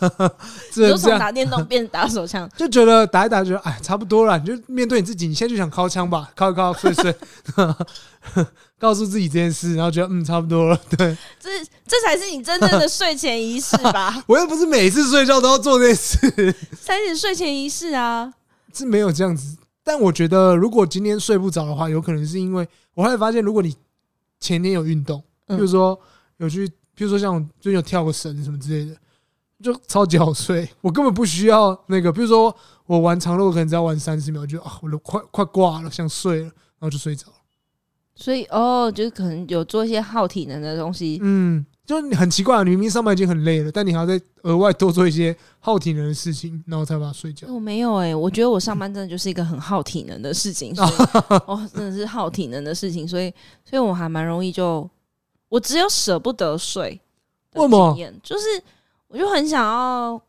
[SPEAKER 1] 就
[SPEAKER 3] 只能这
[SPEAKER 1] 从
[SPEAKER 3] 样。，
[SPEAKER 1] 打电动变打手枪
[SPEAKER 3] 就觉得打一打，觉得哎，差不多了，你就面对你自己，你现在就想敲枪吧，敲一敲，睡一睡， 告诉自己这件事，然后觉得嗯，差不多了。 对
[SPEAKER 1] 这这才是你真正的睡前仪式 吧？
[SPEAKER 3] 我又不是每次睡觉都要做这件事，
[SPEAKER 1] 三十睡前仪式啊，
[SPEAKER 3] 是没有这样子。但我觉得，如果今天睡不着的话，有可能是因为我后来发现，如果你前天有运动，比
[SPEAKER 1] 嗯
[SPEAKER 3] 如说有去，比如说像最近有跳个绳什么之类的，就超级好睡。我根本不需要那个，比如说我玩长路，我可能只要玩三十秒，就啊，我都快快挂了，想睡了，然后就睡着了。
[SPEAKER 1] 所以哦，就是可能有做一些耗体能的东西，
[SPEAKER 3] 嗯，就是你很奇怪，你明明上班已经很累了，但你还要再额外多做一些耗体能的事情，然后才把它睡觉。
[SPEAKER 1] 我没有哎、我觉得我上班真的就是一个很耗体能的事情，所 以哦，真的是耗体能的事情，所以所以我还蛮容易就，我只有舍不得睡的
[SPEAKER 3] 为什么
[SPEAKER 1] 经验，就是我就很想要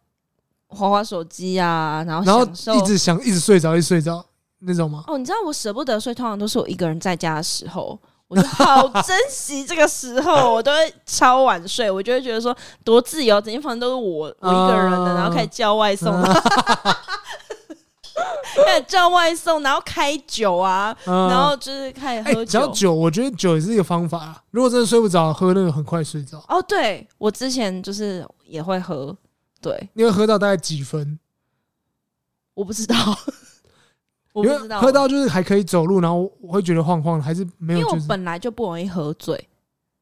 [SPEAKER 1] 滑滑手机啊，然后
[SPEAKER 3] 然后
[SPEAKER 1] 享受
[SPEAKER 3] 一直想，一直睡着，一直睡着那种吗？
[SPEAKER 1] 哦，你知道我舍不得睡，通常都是我一个人在家的时候，我就好珍惜这个时候，我都会超晚睡，我就会觉得说多自由，整间房间都是我我一个人
[SPEAKER 3] 哦
[SPEAKER 1] 的，然后开始叫外送，啊 开始叫外送，然后开酒啊，
[SPEAKER 3] 嗯
[SPEAKER 1] 然后就是开始
[SPEAKER 3] 哎
[SPEAKER 1] 喝，
[SPEAKER 3] 只要
[SPEAKER 1] 酒。
[SPEAKER 3] 酒，我觉得酒也是一个方法啊。如果真的睡不着，喝那个很快睡着。
[SPEAKER 1] 哦，对我之前就是也会喝，对，
[SPEAKER 3] 你会喝到大概几分？
[SPEAKER 1] 我不知道， 我
[SPEAKER 3] 因
[SPEAKER 1] 不
[SPEAKER 3] 为
[SPEAKER 1] 知道，
[SPEAKER 3] 喝到就是还可以走路，然后我会觉得晃晃的，还是没
[SPEAKER 1] 因
[SPEAKER 3] 有
[SPEAKER 1] 为我
[SPEAKER 3] 就是
[SPEAKER 1] 本来就不容易喝醉。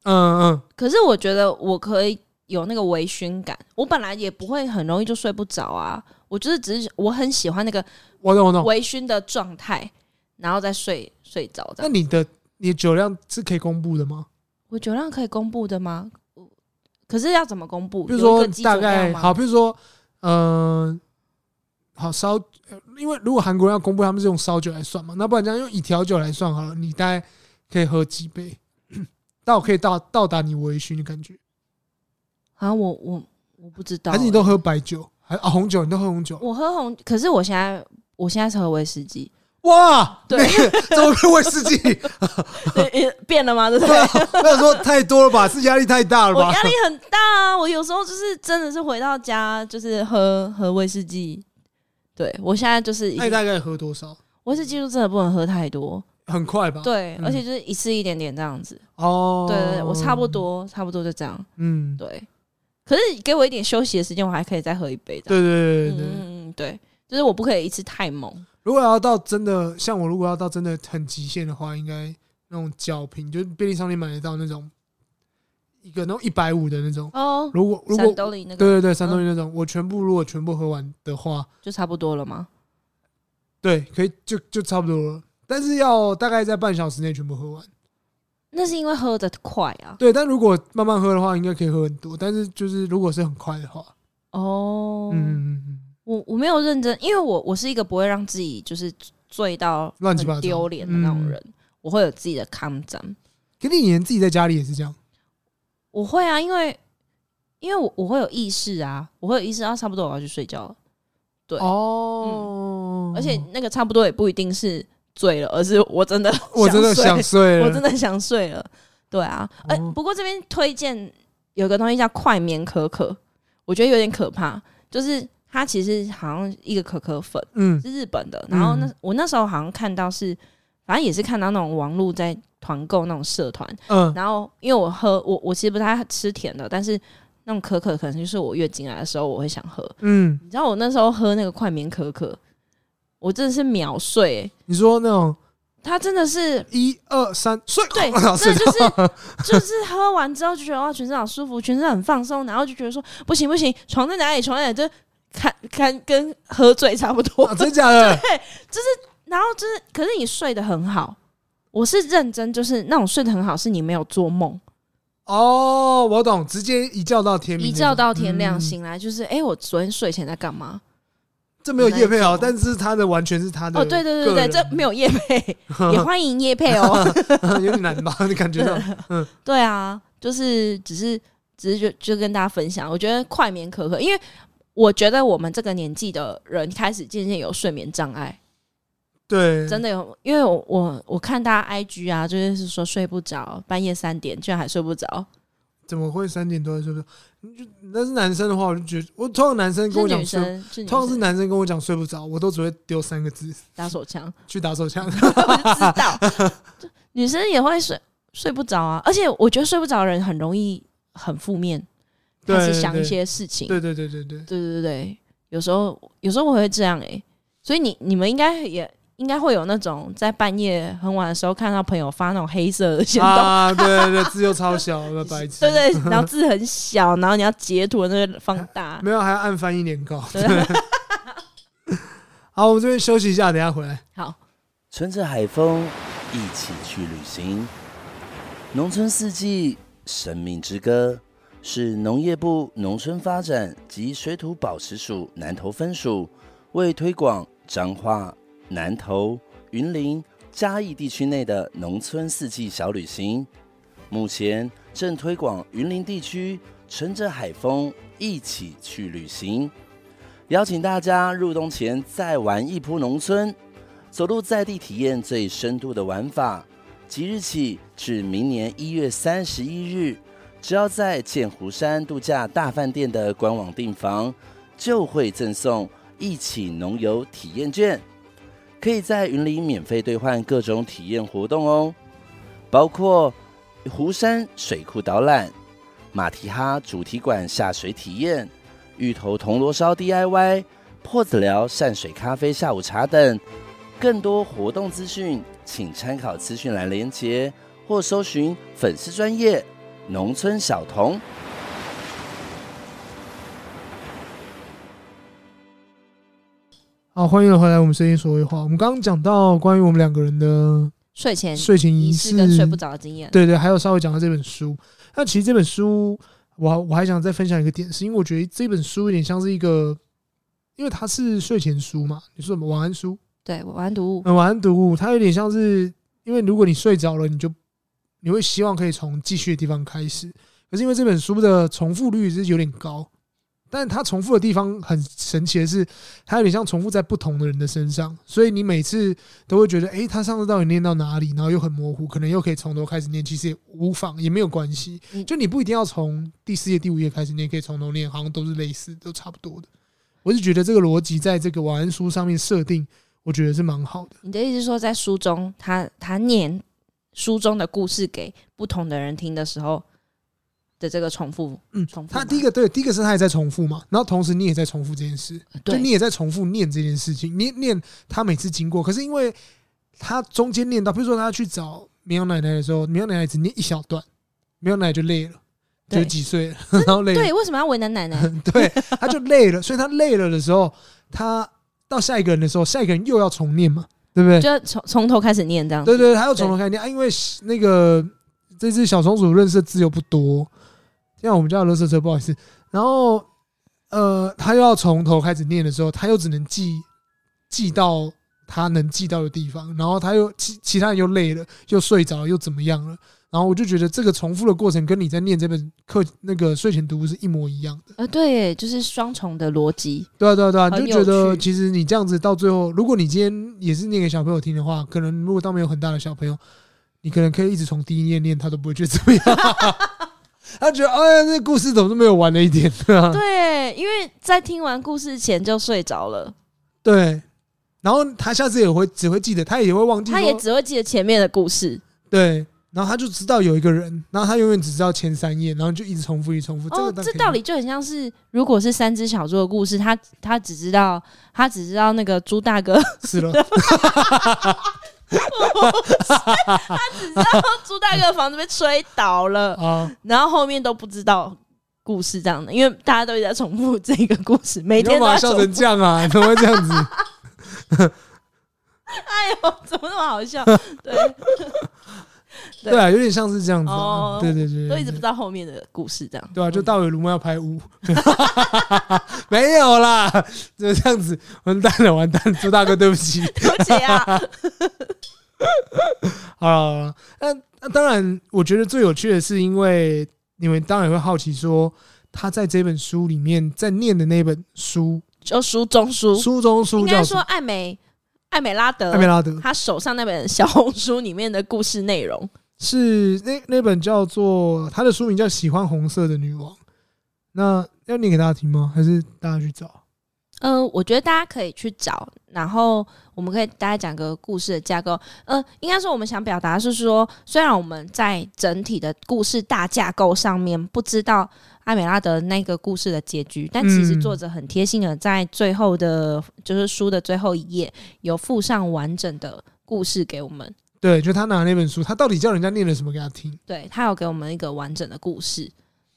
[SPEAKER 3] 嗯嗯
[SPEAKER 1] 可是我觉得我可以有那个微醺感，我本来也不会很容易就睡不着啊。我就是只是我很喜欢那个
[SPEAKER 3] 嗯，我懂我懂。
[SPEAKER 1] 微醺的状态，然后再睡睡着这
[SPEAKER 3] 那
[SPEAKER 1] 样。
[SPEAKER 3] 你的你的酒量是可以公布的吗？
[SPEAKER 1] 我酒量可以公布的吗？可是要怎么公布？
[SPEAKER 3] 比如
[SPEAKER 1] 有
[SPEAKER 3] 说
[SPEAKER 1] 一个基
[SPEAKER 3] 大
[SPEAKER 1] 准量
[SPEAKER 3] 概
[SPEAKER 1] 吗
[SPEAKER 3] 好，比如说嗯、好烧，呃因为如果韩国人要公布，他们是用烧酒来算嘛，那不然这样用以调酒来算好了，你大概可以喝几杯， 到可以到到达你微醺的感觉，
[SPEAKER 1] 啊，我我我不知道欸、
[SPEAKER 3] 还是你都喝白酒，还啊红酒，你都喝红酒？
[SPEAKER 1] 我喝红，可是我现在我现在是喝威士忌，
[SPEAKER 3] 哇，
[SPEAKER 1] 对
[SPEAKER 3] 那个，怎么跟威士忌？
[SPEAKER 1] 对，变了吗？对不
[SPEAKER 3] 对
[SPEAKER 1] 对？
[SPEAKER 3] 啊，我想说太多了吧，是压力太大了
[SPEAKER 1] 我
[SPEAKER 3] 吧
[SPEAKER 1] 压？力很大啊！我有时候就是真的是回到家就是喝喝威士忌，对我现在就是已
[SPEAKER 3] 那你
[SPEAKER 1] 经
[SPEAKER 3] 大概喝多少？
[SPEAKER 1] 威士忌就真的不能喝太多，
[SPEAKER 3] 很快吧？
[SPEAKER 1] 对，
[SPEAKER 3] 嗯
[SPEAKER 1] 而且就是一次一点点这样子。
[SPEAKER 3] 哦，
[SPEAKER 1] 对对对，我差不，多差不多就这样。
[SPEAKER 3] 嗯，对
[SPEAKER 1] 对，可是给我一点休息的时间，我还可以再喝一杯这样。
[SPEAKER 3] 对对对对对。
[SPEAKER 1] 嗯嗯嗯，对，就是我不可以一次太猛。
[SPEAKER 3] 如果要到真的像我，如果要到真的很极限的话，应该那种角瓶，就是便利商店买得到那种一个那种一百五的那种。
[SPEAKER 1] 哦，
[SPEAKER 3] 如果如
[SPEAKER 1] 山
[SPEAKER 3] 果
[SPEAKER 1] 兜里那
[SPEAKER 3] 对
[SPEAKER 1] 个
[SPEAKER 3] 对对，山东西那种，我全部如果全部喝完的话，
[SPEAKER 1] 就差不多了吗？
[SPEAKER 3] 对，可以就就差不多了。但是要大概在半小时内全部喝完。
[SPEAKER 1] 那是因为喝的快啊。
[SPEAKER 3] 对，但如果慢慢喝的话，应该可以喝很多。但是就是如果是很快的话，
[SPEAKER 1] 哦，
[SPEAKER 3] 嗯嗯嗯
[SPEAKER 1] 我我没有认真，因为我我是一个不会让自己就是醉到
[SPEAKER 3] 乱七八糟
[SPEAKER 1] 很丢脸的那种人，我会有自己的抗战。
[SPEAKER 3] 嗯，肯定以前自己在家里也是这样。
[SPEAKER 1] 我会啊，因为因为我我会有意识啊，我会有意识到差不多我要去睡觉了，对
[SPEAKER 3] 哦，
[SPEAKER 1] 而且那个差不多也不一定是醉了，而是我真的
[SPEAKER 3] 我真的
[SPEAKER 1] 睡
[SPEAKER 3] 想睡了，
[SPEAKER 1] 我真的想睡了。对啊，哎、
[SPEAKER 3] 哦
[SPEAKER 1] 不过这边推荐有个东西叫快眠可可，我觉得有点可怕，就是它其实好像一个可可粉
[SPEAKER 3] 嗯
[SPEAKER 1] 是日本的，然后那、
[SPEAKER 3] 嗯
[SPEAKER 1] 我那时候好像看到是，反正也是看到那种网络在团购那种社团，
[SPEAKER 3] 嗯
[SPEAKER 1] 然后因为我喝我我其实不太吃甜的，但是那种可可可能就是我月经来的时候我会想喝，
[SPEAKER 3] 嗯，
[SPEAKER 1] 你知道我那时候喝那个快眠可可，我真的是秒睡、欸，
[SPEAKER 3] 你说那种
[SPEAKER 1] 它真的 是
[SPEAKER 3] 一二三睡，
[SPEAKER 1] 对，
[SPEAKER 3] 然后
[SPEAKER 1] 真
[SPEAKER 3] 睡
[SPEAKER 1] 的
[SPEAKER 3] 着
[SPEAKER 1] 就是 就是喝完之后就觉得哇，全身好舒服，全身很放松，然后就觉得说不行不行，床在哪里？床在哪里？就看看跟喝醉差不多。
[SPEAKER 3] 啊真假的？
[SPEAKER 1] 然后就是，可是你睡得很好，我是认真，就是那种睡得很好，是你没有做梦，
[SPEAKER 3] 哦，我懂，直接一觉到天明
[SPEAKER 1] 一
[SPEAKER 3] 那种，
[SPEAKER 1] 觉到天亮
[SPEAKER 3] 嗯，
[SPEAKER 1] 醒来就是，哎、我昨天睡前在干嘛？
[SPEAKER 3] 这没有叶配
[SPEAKER 1] 那一
[SPEAKER 3] 哦，
[SPEAKER 1] 种
[SPEAKER 3] 但是他的完全是他的
[SPEAKER 1] 哦，对对对对，这没有夜配， 也欢迎夜配哦。
[SPEAKER 3] 有有点难吧？你感觉到
[SPEAKER 1] 对啊，就是只是只是就就跟大家分享，我觉得快眠可可，因为我觉得我们这个年纪的人开始渐渐有睡眠障碍，
[SPEAKER 3] 对，
[SPEAKER 1] 真的
[SPEAKER 3] 的
[SPEAKER 1] 有，因为我我我看大家 IG 啊，就是说睡不着，半夜三点居然还睡不着，
[SPEAKER 3] 怎么会三点多才睡不着？你就那是男生的话，我就觉得我通常男生跟
[SPEAKER 1] 是
[SPEAKER 3] 我讲
[SPEAKER 1] 女
[SPEAKER 3] 睡，
[SPEAKER 1] 生是女
[SPEAKER 3] 通常是
[SPEAKER 1] 生
[SPEAKER 3] 男生跟我讲睡不着，我都只会丢三个字
[SPEAKER 1] 打手枪，
[SPEAKER 3] 去打手枪。
[SPEAKER 1] 我就知道， 女生也会睡睡不着啊，而且我觉得睡不着的人很容易很负面，
[SPEAKER 3] 对
[SPEAKER 1] 开始想
[SPEAKER 3] 对
[SPEAKER 1] 一些事情，
[SPEAKER 3] 对对对对对，
[SPEAKER 1] 对对对，有时候有时候我会这样哎、所以你你们应该也应该会有那种在半夜很晚的时候看到朋友发那种黑色的线动，
[SPEAKER 3] 啊，对对对，字又超小，那白 痴，
[SPEAKER 1] 对对，然后字很小，然后你要截图那个放大，
[SPEAKER 3] 没有还要按翻译年糕。
[SPEAKER 1] 对，啊
[SPEAKER 3] 好，我们这边休息一下，等一下回来。
[SPEAKER 1] 好，
[SPEAKER 4] 乘着海风一起去旅行。农村四季，生命之歌是农业部农村发展及水土保持署南投分署为推广彰化、南投、云林、嘉义地区内的农村四季小旅行，目前正推广云林地区乘着海风一起去旅行，邀请大家入冬前再玩一波农村。走路在地体验最深度的玩法。即日起至明年一月三十一日，只要在剑湖山度假大饭店的官网订房，就会赠送一起农游体验券，可以在云林免费兑换各种体验活动哦，包括湖山水库导览、马蹄哈主题馆下水体验、芋头铜锣烧 DIY、破子寮善水咖啡下午茶等。更多活动资讯，请参考资讯栏连结或搜寻粉丝专业农村小童。
[SPEAKER 3] 好，欢迎回来，我们声音所绘画。我们刚刚讲到关于我们两个人的
[SPEAKER 1] 睡前
[SPEAKER 3] 睡前仪
[SPEAKER 1] 嗯仪
[SPEAKER 3] 式
[SPEAKER 1] 式跟睡不着的经验，
[SPEAKER 3] 对对，还有稍微讲到这本书。那其实这本书，我我还想再分享一个点，是因为我觉得这本书有点像是一个，因为它是睡前书嘛，你说什么晚安书？
[SPEAKER 1] 对，晚安读物，
[SPEAKER 3] 嗯，晚安读物，它有点像是，因为如果你睡着了，你就你会希望可以从继续的地方开始。可是因为这本书的重复率是有点高，但它重复的地方很神奇的是，它有点像重复在不同的人的身上，所以你每次都会觉得，诶，他上次到底念到哪里？然后又很模糊，可能又可以从头开始念，其实也无妨，也没有关系
[SPEAKER 1] 嗯。
[SPEAKER 3] 就你不一定要从第四页、第五页开始念，可以从头念，好像都是类似，都差不多的。我是觉得这个逻辑在这个晚安书上面设定，我觉得是蛮好的。
[SPEAKER 1] 你的意思是说，在书中，他他念书中的故事给不同的人听的时候的这个重复，
[SPEAKER 3] 嗯
[SPEAKER 1] 重，复
[SPEAKER 3] 他
[SPEAKER 1] 吗
[SPEAKER 3] 第一个对，第一个是他也在重复嘛，然后同时你也在重复这件事，就
[SPEAKER 1] 对
[SPEAKER 3] 你也在重复念这件事情，你念他每次经过，可是因为他中间念到，比如说他去找绵羊奶奶的时候，绵羊奶奶只念一小段，绵羊奶奶就累了，
[SPEAKER 1] 对
[SPEAKER 3] 就几岁了，然后累了，
[SPEAKER 1] 对，为什么要为难奶奶？
[SPEAKER 3] 对，他就累了，所以他累了的时候，他到下一个人的时候，下一个人又要重念嘛，对不对？
[SPEAKER 1] 就要从从头开始念这样子。
[SPEAKER 3] 对对，他又从头开始念啊，因为那个这只小松鼠认识的字又不多，像我们家的垃圾车，不好意思。然后呃，他又要从头开始念的时候，他又只能记记到他能记到的地方，然后他又其其他人又累了，又睡着了，又怎么样了？然后我就觉得这个重复的过程跟你在念这本课那个睡前读物是一模一样的。
[SPEAKER 1] 呃，对耶，就是双重的逻辑。
[SPEAKER 3] 对啊，对啊，对啊，
[SPEAKER 1] 很
[SPEAKER 3] 就
[SPEAKER 1] 有
[SPEAKER 3] 觉得
[SPEAKER 1] 趣
[SPEAKER 3] 其实你这样子到最后，如果你今天也是念给小朋友听的话，可能如果当没有很大的小朋友，你可能可以一直从第一页念，他都不会觉得怎么 样。他觉得，哎呀，这故事怎么都没有玩了一点呢、
[SPEAKER 5] 对，因为在听完故事前就睡着了，
[SPEAKER 3] 对，然后他下次也会只会记得，他也会忘记说，
[SPEAKER 5] 他也只会记得前面的故事。
[SPEAKER 3] 对，然后他就知道有一个人，然后他永远只知道前三页，然后就一直重复，一直重复。
[SPEAKER 1] 哦，
[SPEAKER 3] 个
[SPEAKER 1] 这道理就很像是，如果是三只小猪的故事，他他只知道他只知道那个猪 大哥，
[SPEAKER 3] 是了，
[SPEAKER 5] 朱大哥的房子被吹倒了，
[SPEAKER 3] 啊，
[SPEAKER 5] 然后后面都不知道故事这样的，因为大家都一直在重复这个故事， 每
[SPEAKER 3] 你干
[SPEAKER 5] 天都
[SPEAKER 3] 嘛
[SPEAKER 5] 在
[SPEAKER 3] 笑
[SPEAKER 5] 重
[SPEAKER 3] 成
[SPEAKER 5] 复。
[SPEAKER 3] 这样啊？怎么会这样 子？
[SPEAKER 5] 哎呦，怎么那么好笑？ 对，对
[SPEAKER 3] 对啊，有点像是这样子、啊
[SPEAKER 5] 哦。
[SPEAKER 3] 对对对，对
[SPEAKER 5] 都一直
[SPEAKER 3] 对
[SPEAKER 5] 不知道后面的故事这样。
[SPEAKER 3] 对啊，就大尾鲈猫要拍五， 没有啦，就这样子，完蛋了，完蛋了，朱大哥，对不起。
[SPEAKER 5] 对不起啊，
[SPEAKER 3] 好了好了，那那当然，我觉得最有趣的是，因为你们当然会好奇说，他在这本书里面在念的那本书，
[SPEAKER 5] 就书中书，
[SPEAKER 3] 书中书
[SPEAKER 5] 应
[SPEAKER 3] 叫
[SPEAKER 5] 该
[SPEAKER 3] 什
[SPEAKER 5] 说呃
[SPEAKER 3] 么
[SPEAKER 5] 艾美艾美拉德
[SPEAKER 3] 艾，梅拉德
[SPEAKER 5] 他手上那本小红书里面的故事内容，
[SPEAKER 3] 是那那本叫做他的书名叫《喜欢红色的女王》，那要念给大家听吗？还是大家去找？
[SPEAKER 1] 嗯、我觉得大家可以去找，然后我们可以大家讲个故事的架构。呃，应该说我们想表达是说，虽然我们在整体的故事大架构上面不知道艾美拉德那个故事的结局，但其实
[SPEAKER 3] 嗯
[SPEAKER 1] 作者很贴心的在最后的，就是书的最后一页有附上完整的故事给我们。
[SPEAKER 3] 对，就他拿那本书，他到底叫人家念了什么给他听？
[SPEAKER 1] 对他有给我们一个完整的故事，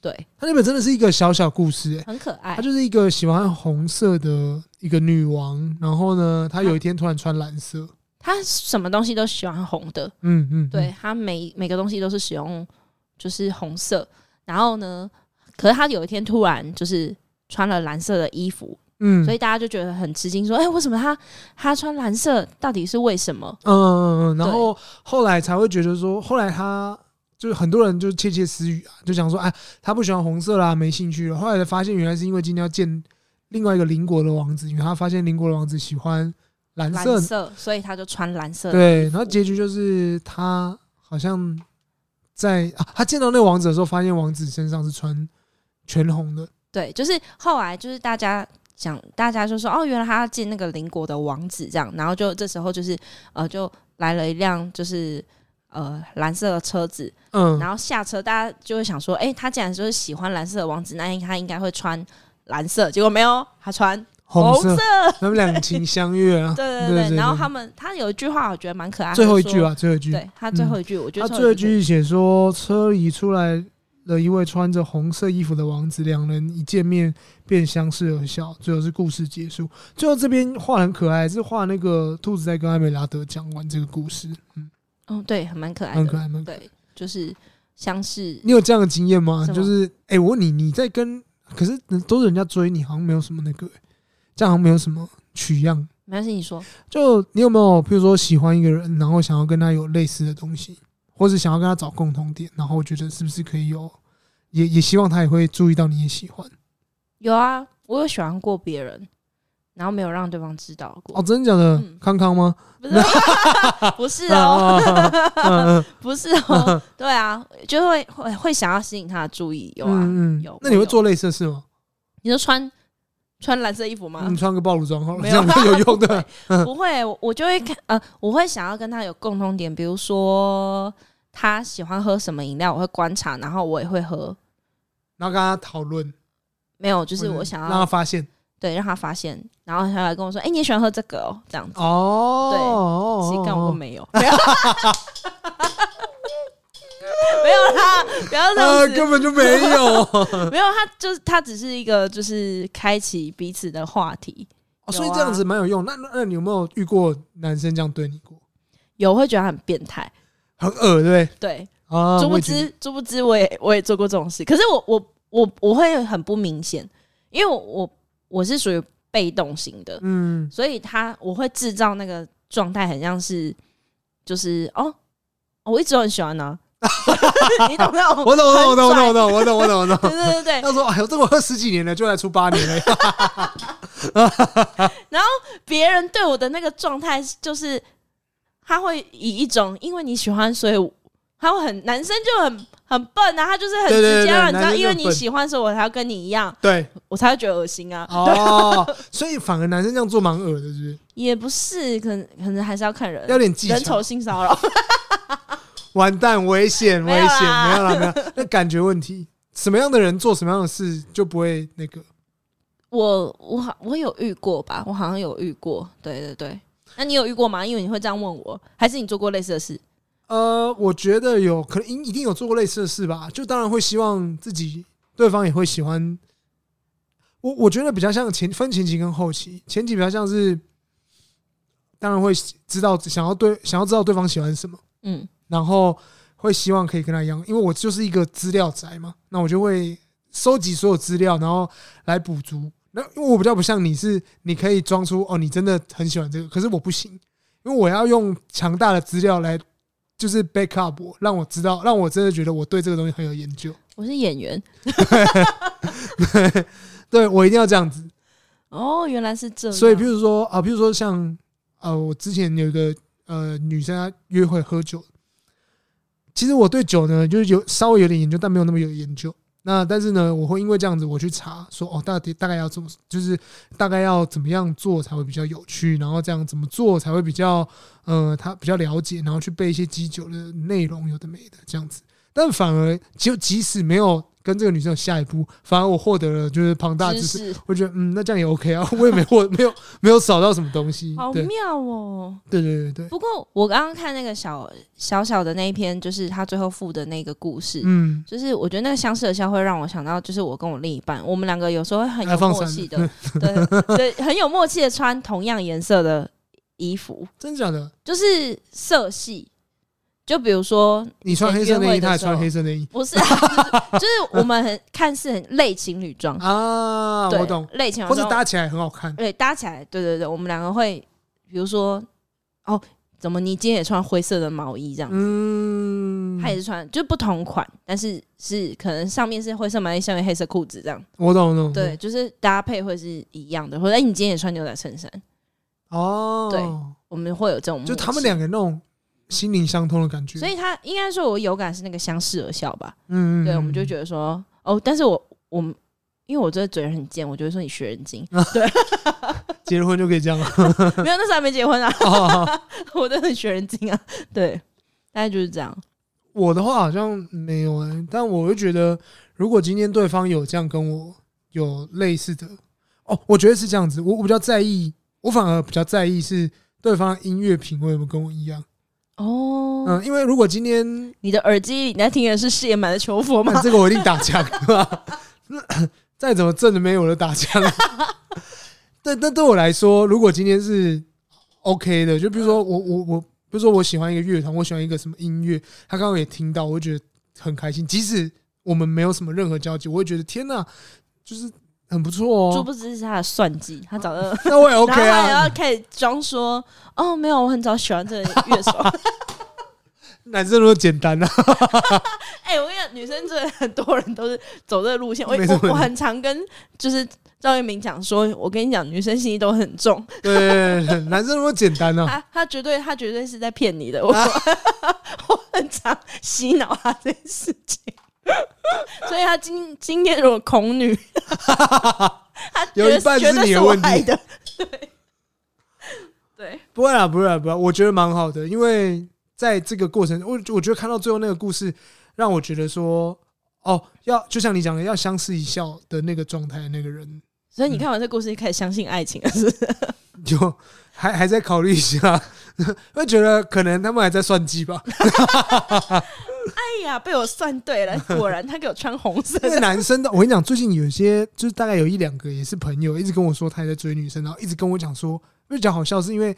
[SPEAKER 1] 对，
[SPEAKER 3] 他那本真的是一个小小故事、欸，
[SPEAKER 1] 很可爱
[SPEAKER 3] 她。就是一个喜欢红色的一个女王，然后呢，她有一天突然穿蓝色，
[SPEAKER 1] 他什么东西都喜欢红的，
[SPEAKER 3] 嗯嗯，
[SPEAKER 1] 对，它每每个东西都是使用就是红色，然后呢，可是他有一天突然就是穿了蓝色的衣服，
[SPEAKER 3] 嗯，嗯，
[SPEAKER 1] 所以
[SPEAKER 3] 以
[SPEAKER 1] 大家就觉得很吃惊，说：“哎、为什么他他穿蓝色？到底是为什么
[SPEAKER 3] 嗯嗯嗯，然后后来才会觉得说，后来她就是很多人就窃窃私语啊，就讲说，哎，她不喜欢红色啦，没兴趣了。后来才发现，原来是因为今天要见另外一个邻国的王子，因为她发现邻国的王子喜欢蓝
[SPEAKER 1] 蓝
[SPEAKER 3] 色，
[SPEAKER 1] 色？”所以他就穿蓝色。
[SPEAKER 3] 对，然后结局就是她好像在啊，她见到那个王子的时候，发现王子身上是穿全红的，
[SPEAKER 1] 对，就是后来就是大家想，大家就说：“哦，原来他要见那个邻国的王子这样。”然后就这时候就是呃，就来了一辆就是呃蓝色的车子，
[SPEAKER 3] 嗯，
[SPEAKER 1] 然后下车，大家就会想说，哎、他既然就是喜欢蓝色的王子，那他应该会穿蓝色。结果没有，他穿
[SPEAKER 3] 红
[SPEAKER 1] 色。。
[SPEAKER 3] 他们两情相悦啊
[SPEAKER 1] 对对
[SPEAKER 3] 对
[SPEAKER 1] 对
[SPEAKER 3] 对对
[SPEAKER 1] 然后他们，他有一句话我觉得蛮可爱，
[SPEAKER 3] 最后一
[SPEAKER 1] 他
[SPEAKER 3] 句
[SPEAKER 1] 就说，
[SPEAKER 3] 啊，最后一句。
[SPEAKER 1] 对嗯他最后一句，我觉
[SPEAKER 3] 他
[SPEAKER 1] 得
[SPEAKER 3] 最后一句写说，车里出来了一位穿着红色衣服的王子，两人一见面便相视而笑。最后是故事结束。最后这边画很可爱，是画那个兔子在跟艾美拉德讲完这个故事，
[SPEAKER 1] 嗯，对，很蛮可爱
[SPEAKER 3] 蛮可
[SPEAKER 1] 的，
[SPEAKER 3] 爱，蛮可爱。
[SPEAKER 1] 对，就是相似。
[SPEAKER 3] 你有这样的经验吗？
[SPEAKER 1] 什么
[SPEAKER 3] 就是，哎、我问你，你在跟，可是都是人家追你，好像没有什么那个、这样好像没有什么取样。
[SPEAKER 1] 没关系，你说，
[SPEAKER 3] 就你有没有，譬如说喜欢一个人，然后想要跟他有类似的东西，或者想要跟他找共同点，然后我觉得是不是可以有，也也希望他也会注意到你也喜欢
[SPEAKER 1] 有啊，我有喜欢过别人，然后没有让对方知道过，
[SPEAKER 3] 哦，真的假的？
[SPEAKER 1] 嗯
[SPEAKER 3] 康 康吗？
[SPEAKER 1] 不是，不是哦，
[SPEAKER 3] 嗯嗯
[SPEAKER 1] 不是哦，对啊，就会会会想要吸引他的注意，有啊，
[SPEAKER 3] 嗯嗯
[SPEAKER 1] 有
[SPEAKER 3] 那你会
[SPEAKER 1] 我有
[SPEAKER 3] 做类似的事吗？
[SPEAKER 1] 你就穿
[SPEAKER 6] 穿蓝色衣服吗
[SPEAKER 3] 嗯你？穿个暴露装好了，
[SPEAKER 6] 没
[SPEAKER 3] 这
[SPEAKER 6] 有
[SPEAKER 3] 样有用 的。
[SPEAKER 1] 不会，我我就会看，呃，我会想要跟他有共通点，比如说他喜欢喝什么饮料，我会观察，然后我也会喝。
[SPEAKER 3] 然后跟他讨论，
[SPEAKER 1] 没有，就
[SPEAKER 3] 就是
[SPEAKER 1] 我想
[SPEAKER 3] 让
[SPEAKER 1] 要
[SPEAKER 3] 他发现
[SPEAKER 1] 对让他发现，然后他来跟我说：“哎、你也喜欢喝这个哦？”这样子，
[SPEAKER 3] 哦。
[SPEAKER 1] 对
[SPEAKER 3] 哦
[SPEAKER 6] 谁干我
[SPEAKER 3] 哦
[SPEAKER 6] 都 没有，没有没有啦，不 要这
[SPEAKER 1] 啊
[SPEAKER 3] 呃，
[SPEAKER 6] 样子，
[SPEAKER 3] 根本就没 有，
[SPEAKER 6] 没有他就是他只是一个就是开启彼此的话题，
[SPEAKER 3] 哦所以这样子蛮有用。那那那你有没有遇过男生这样对你过？
[SPEAKER 6] 有会觉得他很变态，
[SPEAKER 3] 很恶对不对？
[SPEAKER 6] 对，
[SPEAKER 3] 啊，
[SPEAKER 6] 殊
[SPEAKER 3] 我
[SPEAKER 6] 不
[SPEAKER 3] 也觉得
[SPEAKER 6] 知殊不知我也我也做过这种事，可是我我我我会很不明显，因为我我我是属于被动型的，
[SPEAKER 3] 嗯，
[SPEAKER 1] 所以他我会制造那个状态，很像是就是哦，我一直都很喜欢呢、 你懂那种？
[SPEAKER 3] 我懂，我懂，我懂，我懂，我懂，我懂，我
[SPEAKER 1] 对
[SPEAKER 3] 懂。
[SPEAKER 1] 对对对，
[SPEAKER 3] 要说，哎呦，这我喝十几年了，就来出八年了，
[SPEAKER 1] 别人对我的那个状态就是，他会以一种因为你喜欢，所以我他会很男生就很很笨啊，他就是很
[SPEAKER 3] 对对
[SPEAKER 1] 直接
[SPEAKER 3] 对
[SPEAKER 1] 让你
[SPEAKER 3] 男
[SPEAKER 1] 知道，
[SPEAKER 3] 生
[SPEAKER 1] 因为
[SPEAKER 3] 就
[SPEAKER 1] 你
[SPEAKER 3] 笨
[SPEAKER 1] 喜欢，所以我才要跟你一样，
[SPEAKER 3] 对，
[SPEAKER 1] 我才会觉得恶心啊。
[SPEAKER 3] 哦，所以反而男生这样做蛮恶的，是不是？
[SPEAKER 1] 也不是，可能可能还是要看人
[SPEAKER 3] 要，点技
[SPEAKER 1] 人
[SPEAKER 3] 巧
[SPEAKER 1] 丑，性骚扰。
[SPEAKER 3] 完蛋，危险，危
[SPEAKER 1] 没有
[SPEAKER 3] 险，
[SPEAKER 1] 啦
[SPEAKER 3] 没有啦，没有啦，那感觉问题，什么样的人做什么样的事就不会那个。
[SPEAKER 1] 我我好我有遇过吧，我好像有遇过，对对对。那你有遇过吗？因为你会这样问我，还是你做过类似的事？
[SPEAKER 3] 呃，我觉得有可能一一定有做过类似的事吧，就当然会希望自己对方也会喜欢。我我觉得比较像前分前期跟后期，前期比较像是，当然会知道想要对想要知道对方喜欢什么，
[SPEAKER 1] 嗯，
[SPEAKER 3] 然后会希望可以跟他一样，因为我就是一个资料宅嘛，那我就会收集所有资料，然后来补足。那因为我比较不像你是，你可以装出哦，你真的很喜欢这个，可是我不行，因为我要用强大的资料来就是 back up 我，让我知道，让我真的觉得我对这个东西很有研究。
[SPEAKER 1] 我是演员。
[SPEAKER 3] 对我一定要这样子。
[SPEAKER 1] 哦，原来是这样。
[SPEAKER 3] 所以，譬如说啊，譬如说像呃，我之前有一个呃女生她约会喝酒，其实我对酒呢就是有稍微有点研究，但没有那么有研究。那但是呢，我会因为这样子，我去查说哦，到底大概要怎么，就是大概要怎么样做才会比较有趣，然后这样怎么做才会比较呃，他比较了解，然后去背一些基酒的内容，有的没的这样子。但反而就即使没有跟这个女生有下一步，反而我获得了就是庞大知
[SPEAKER 1] 知
[SPEAKER 3] 识，
[SPEAKER 1] 识
[SPEAKER 3] 我觉得嗯，那这样也 OK 啊， 我也没我没有没有少到什么东西。
[SPEAKER 1] 好
[SPEAKER 3] 嗯对
[SPEAKER 1] 妙哦。
[SPEAKER 3] 对对对对，
[SPEAKER 1] 不过我刚刚看那个小小小的那一篇，就是他最后附的那个故事，
[SPEAKER 3] 嗯，
[SPEAKER 1] 就是我觉得那个相似的笑会让我想到，就是我跟我另一半，我们两个有时候会很
[SPEAKER 3] 还
[SPEAKER 1] 有
[SPEAKER 3] 放
[SPEAKER 1] 默
[SPEAKER 3] 闪
[SPEAKER 1] 契 的，对对，很有默契的穿同样颜色的衣服，
[SPEAKER 3] 真的假的？
[SPEAKER 1] 就是色系。就比如说，
[SPEAKER 3] 你穿黑色内衣，
[SPEAKER 1] 以前约会的时
[SPEAKER 3] 他
[SPEAKER 1] 候
[SPEAKER 3] 也穿黑色内衣
[SPEAKER 1] 不是、啊，就是就是我们很看似很类情侣装，
[SPEAKER 3] 啊，
[SPEAKER 1] 对
[SPEAKER 3] 我懂，，
[SPEAKER 1] 类情侣
[SPEAKER 3] 或
[SPEAKER 1] 装
[SPEAKER 3] 者搭起来很好看。
[SPEAKER 1] 对搭起来，对对对，我们两个会，比如说，哦，怎么你今天也穿灰色的毛衣这样？
[SPEAKER 3] 嗯
[SPEAKER 1] 他，也是穿，就不同款，但是是可能上面是灰色毛衣，下面黑色裤子这样。
[SPEAKER 3] 我懂我懂。
[SPEAKER 1] 对，就是搭配会是一样的，或者哎你今天也穿牛仔衬衫，
[SPEAKER 3] 哦，
[SPEAKER 1] 对，我们会有这种默契，
[SPEAKER 3] 就他们两个那种心灵相通的感觉。
[SPEAKER 1] 所以他应该说我有感是那个相视而笑吧？
[SPEAKER 3] 嗯，嗯，
[SPEAKER 1] 对，我们就觉得说，哦，但是我我们因为我这个嘴很贱，我就会说你学人 精，
[SPEAKER 3] 得结了婚就可以这 样了。
[SPEAKER 1] 没有，那时候还没结婚啊，
[SPEAKER 3] 哦
[SPEAKER 1] 我真的很学人精啊，对，大概就是这样。
[SPEAKER 3] 我的话好像没有欸，但我会觉得，如果今天对方有这样跟我有类似的，哦，我觉得是这样子，我我比较在意，我反而比较在意是对方的音乐品味有没有跟我一样。
[SPEAKER 1] 哦，
[SPEAKER 3] 嗯，因为如果今天
[SPEAKER 1] 你的耳机你在听的是饰演版的《求佛》吗
[SPEAKER 3] 那？这个我一定打枪， 再怎么正的没有我都打枪。 但但对我来说，如果今天是 OK 的，就比如说我我我，比如说我喜欢一个乐团，我喜欢一个什么音乐，他刚刚也听到，我会觉得很开心。即使我们没有什么任何交集，我会觉得天哪，就是很不错
[SPEAKER 1] 殊
[SPEAKER 3] 哦。
[SPEAKER 1] 不知是他的算计，他找到，
[SPEAKER 3] 那我也 OK
[SPEAKER 1] 然后他也
[SPEAKER 3] 啊
[SPEAKER 1] 要，开始装说，哦，没有，我很早喜欢这个乐手。
[SPEAKER 3] 男生都简单啊，
[SPEAKER 1] 哎、我跟你讲，女生真的很多人都是走这个路线。我
[SPEAKER 3] 没错
[SPEAKER 1] 我我很常跟就是赵一鸣讲说，我跟你讲，女生心机都很重，
[SPEAKER 3] 对，男生都简单啊。
[SPEAKER 1] 她她绝对她绝对是在骗你的。我、 我很常洗脑她这件事情，所以她今今天如果恐女，
[SPEAKER 3] 有一半
[SPEAKER 1] 绝
[SPEAKER 3] 是
[SPEAKER 1] 对
[SPEAKER 3] 你
[SPEAKER 1] 是
[SPEAKER 3] 的
[SPEAKER 1] 我
[SPEAKER 3] 问
[SPEAKER 1] 害
[SPEAKER 3] 题。
[SPEAKER 1] 的， 对对，
[SPEAKER 3] 不会啦，不会啦，不会啦，我觉得蛮好的，因为在这个过程，我我觉得看到最后那个故事，让我觉得说，哦，要就像你讲的，要相视一笑的那个状态，那个人
[SPEAKER 1] 所以你看完这故事，你开始相信爱情了，是不是？
[SPEAKER 3] 就还还在考虑一下， 会觉得可能他们还在算计 吧，
[SPEAKER 1] 哎呀，被我算对 了，果然他给我穿红色
[SPEAKER 3] 因为
[SPEAKER 1] 的。
[SPEAKER 3] 男生的，我跟你讲，最近有一些就是大概有一两个也是朋友，一直跟我说他也在追女生，然后一直跟我讲说，因为讲好笑是因为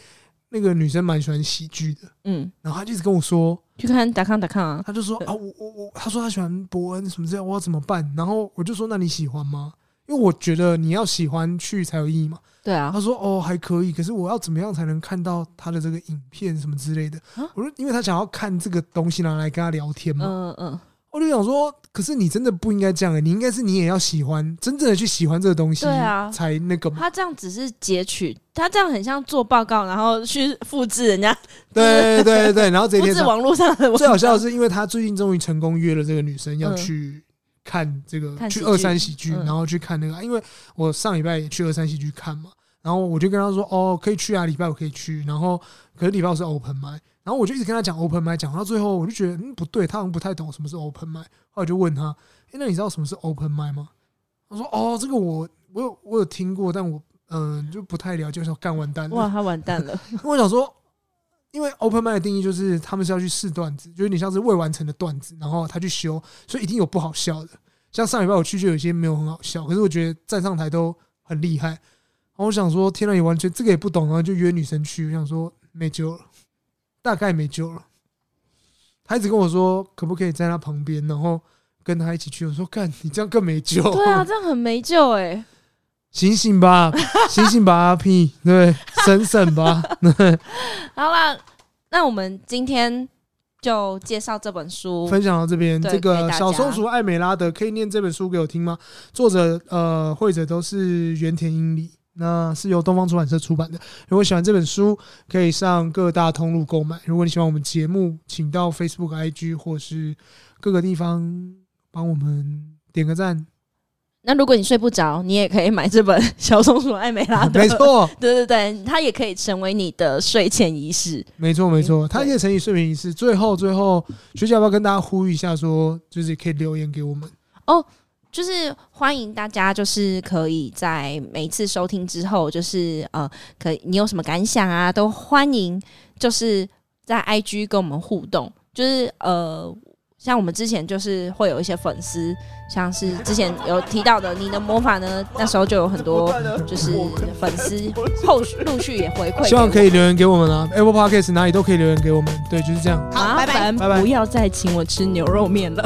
[SPEAKER 3] 那个女生蛮喜欢喜剧的，
[SPEAKER 1] 嗯，
[SPEAKER 3] 然后他就一直跟我说，
[SPEAKER 1] 去看达康达康啊，
[SPEAKER 3] 他就说啊，我我我，他说他喜欢伯恩什么之类，我要怎么办？然后我就说，那你喜欢吗？因为我觉得你要喜欢去才有意义嘛。
[SPEAKER 1] 对啊，
[SPEAKER 3] 他说哦还可以，可是我要怎么样才能看到他的这个影片什么之类的
[SPEAKER 1] 啊？
[SPEAKER 3] 我说，因为他想要看这个东西拿来跟他聊天嘛。
[SPEAKER 1] 嗯嗯，
[SPEAKER 3] 我就想说，可是你真的不应该这样、欸，你应该是你也要喜欢，真正的去喜欢这个东西，
[SPEAKER 2] 对啊
[SPEAKER 3] 才那 个嘛。
[SPEAKER 2] 他这样只是截取，他这样很像做报告，然后去复制人家
[SPEAKER 3] 对对对对，然后 这一
[SPEAKER 1] 不
[SPEAKER 3] 天
[SPEAKER 1] 是
[SPEAKER 3] 上
[SPEAKER 1] 网络上的文章，
[SPEAKER 3] 最好笑的是，因为他最近终于成功约了这个女生要
[SPEAKER 1] 嗯
[SPEAKER 3] 去看这个、
[SPEAKER 1] 看喜
[SPEAKER 3] 去
[SPEAKER 1] 剧
[SPEAKER 3] 二三喜剧，
[SPEAKER 1] 嗯
[SPEAKER 3] 然后去看那个。啊因为我上礼拜也去二三喜剧看嘛，然后我就跟他说：“哦，可以去啊，礼拜我可以去。”然后可是礼拜我是 open m i 然后我就一直跟他讲 open m i 讲到最后我就觉得嗯不对，他好像不太懂什么是 open m i 后来我就问他：“诶，那你知道什么是 open m i 吗？”他说：“哦，这个我我有我有听过，但我嗯、就不太了解。”我想干完蛋了，
[SPEAKER 1] 哇，他完蛋 了，
[SPEAKER 3] 因为我想说，因为 open mind 的定义就是他们是要去试段子，就有点像是未完成的段子，然后他去修，所以一定有不好笑的。像上礼拜我去就有一些没有很好笑，可是我觉得站上台都很厉害。然后我想说，天呐，你完全这个也不懂，然后就约女生去，我想说没救了，大概没救了。他一直跟我说，可不可以在他旁边，然后跟他一起去。我说，干，你这样更没救。
[SPEAKER 2] 对啊，这样很没救哎、
[SPEAKER 1] 欸
[SPEAKER 3] 醒醒吧，醒醒吧，阿屁，对，省省吧。
[SPEAKER 2] 好啦，那我们今天就介绍这本书，
[SPEAKER 3] 分享到这边，
[SPEAKER 2] 对
[SPEAKER 3] 这
[SPEAKER 2] 给大
[SPEAKER 3] 个
[SPEAKER 2] 家
[SPEAKER 3] 小松鼠艾美拉的可以念这本书给我听吗？作者呃，会者都是原田英里，那是由东方出版社出版的。如果喜欢这本书，可以上各大通路购买。如果你喜欢我们节目，请到 Facebook、IG 或是各个地方帮我们点个赞。
[SPEAKER 1] 那如果你睡不着，你也可以买这本 《小松鼠艾美拉》的。
[SPEAKER 3] 没，错，
[SPEAKER 1] 对对对，它也可以成为你的睡前仪式。
[SPEAKER 3] 没错，没错，它也乘以睡眠仪式。最后，最后，学姐要不要跟大家呼吁一下说就是可以留言给我们。
[SPEAKER 2] 就是欢迎大家，就是可以在每一次收听之后，就是呃，可以你有什么感想啊，都欢迎，就是在 IG 跟我们互动，就是呃。像我们之前就是会有一些粉丝，像是之前有提到的你的魔法呢，那时候就有很 多就是粉丝后续陆续也回馈给我们，
[SPEAKER 3] 希望可以留言给我们啊，Apple Podcast 哪里都可以留言给我们。对，就是这样。
[SPEAKER 1] 麻烦
[SPEAKER 3] 拜拜
[SPEAKER 1] 不要再请我吃牛肉面了。